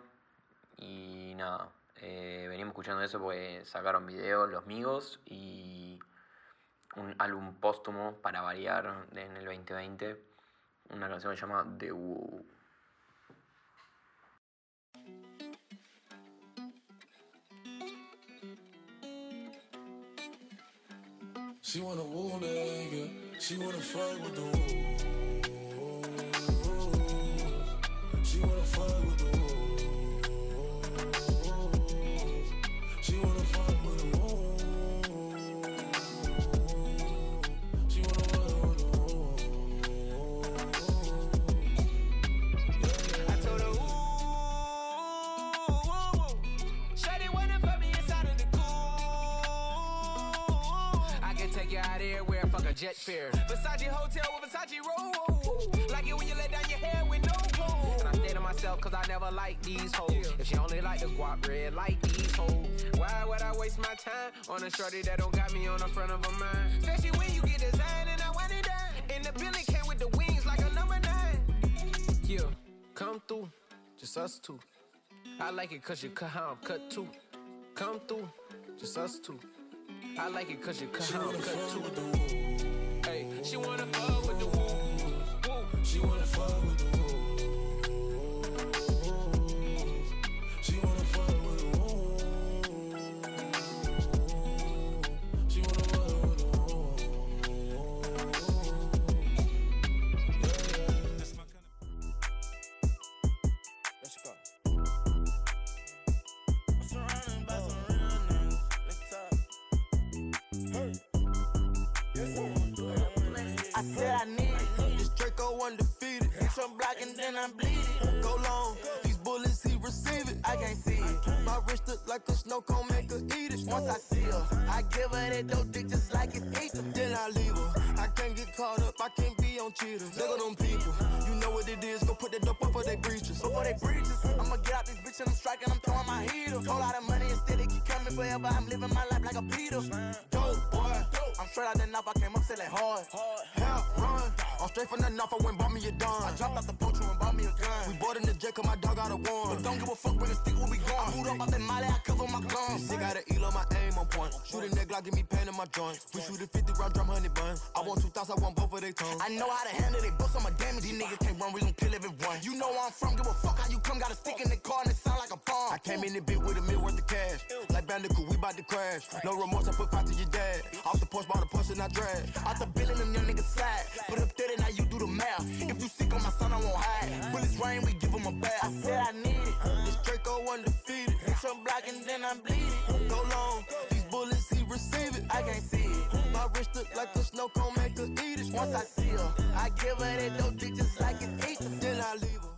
[SPEAKER 5] Y nada, eh, venimos escuchando eso porque sacaron video los amigos y un álbum póstumo para variar de- en el 2020. Una canción que se llama The Woo.
[SPEAKER 6] She wanna woo nigga, she wanna fight with the wolves. She wanna fight with the wolves. She wanna fight with the wolves. She wanna fight with the wolves.
[SPEAKER 7] I told her, ooh, Shawty wanna fuck me inside of the cool. I can take you out everywhere, fuck a jet fare. Versace hotel with Versace roll. Like it when you let down your hair with no clothes. And I say to myself, cause I never like these hoes. If she only like the guap red, like these hoes. Why would I waste my time on a shorty that don't got me on the front of her mind? Especially when you get designed and I want it done. And the building came with the wings like a number nine. Yeah, come through, just us two. I like it cause you cut how I'm cut too. Come through, just us two. I like it cause you cut how I'm cut too. Hey, she wanna fuck with the woo. woo.
[SPEAKER 6] She wanna fight with the wolves. She wanna fight with the wolves. She wanna fight with the wolves.
[SPEAKER 7] Let's go. I'm surrounded by some real niggas. Let's talk. I said I need it. This Draco undefeated. Bitch, I'm blocking, then I'm bleeding. Go long. These bullets, he receive it. I can't see it. My wrist look like a snow cone, make her eat it. Once I see her, I give her that dope dick just like it's eat Then I leave her. I can't get caught up. I can't be
[SPEAKER 6] on cheaters. Look at them people. You know what it is. Go put that dope up for they breaches. Before they breaches, I'ma get out this bitch and I'm striking. I'm throwing my heater. Whole lot of money instead it keep coming forever. I'm living my life like a Peter. Dope boy. I'm straight out the knife. I came up selling hard. Hell run. I'm straight from the knife. I went bought me a dime. I dropped out the poacher and bought me a gun. We bought in the jet 'cause my dog got a one. But don't give a fuck when the stick will be gone. I moved up out that molly. I cover my guns. Sick out of Elo. My aim on point. Shooting that Glock give me pain in my joints. We shoot a 50 round drum, honey bun. I want two thoughts. I want both of they tongues. I know how to handle they books. I'm a damage. These niggas can't run. We gon' kill everyone. You know where I'm from. Give a fuck how you come. Got a stick in the car and it sound like a bomb. I came in the bit with a mil worth of cash. Like Bandicoot, we bout to crash. No remorse. I put five to your dad. Off the porch, bought a push and I drag. Out the building, them young niggas slide. Put up 30, now you do the math. If you sick on my son, I won't hide. Bullets rain, we give 'em a bath. I said I need it. This Draco undefeated. Bitch, I'm blocking, then I'm bleeding. Go long. These bullets, he receive it. I can't see it. My wrist look like a snow cone, make her eat it. Once I see her, I give her that dope dick just like it eat. Then I leave her.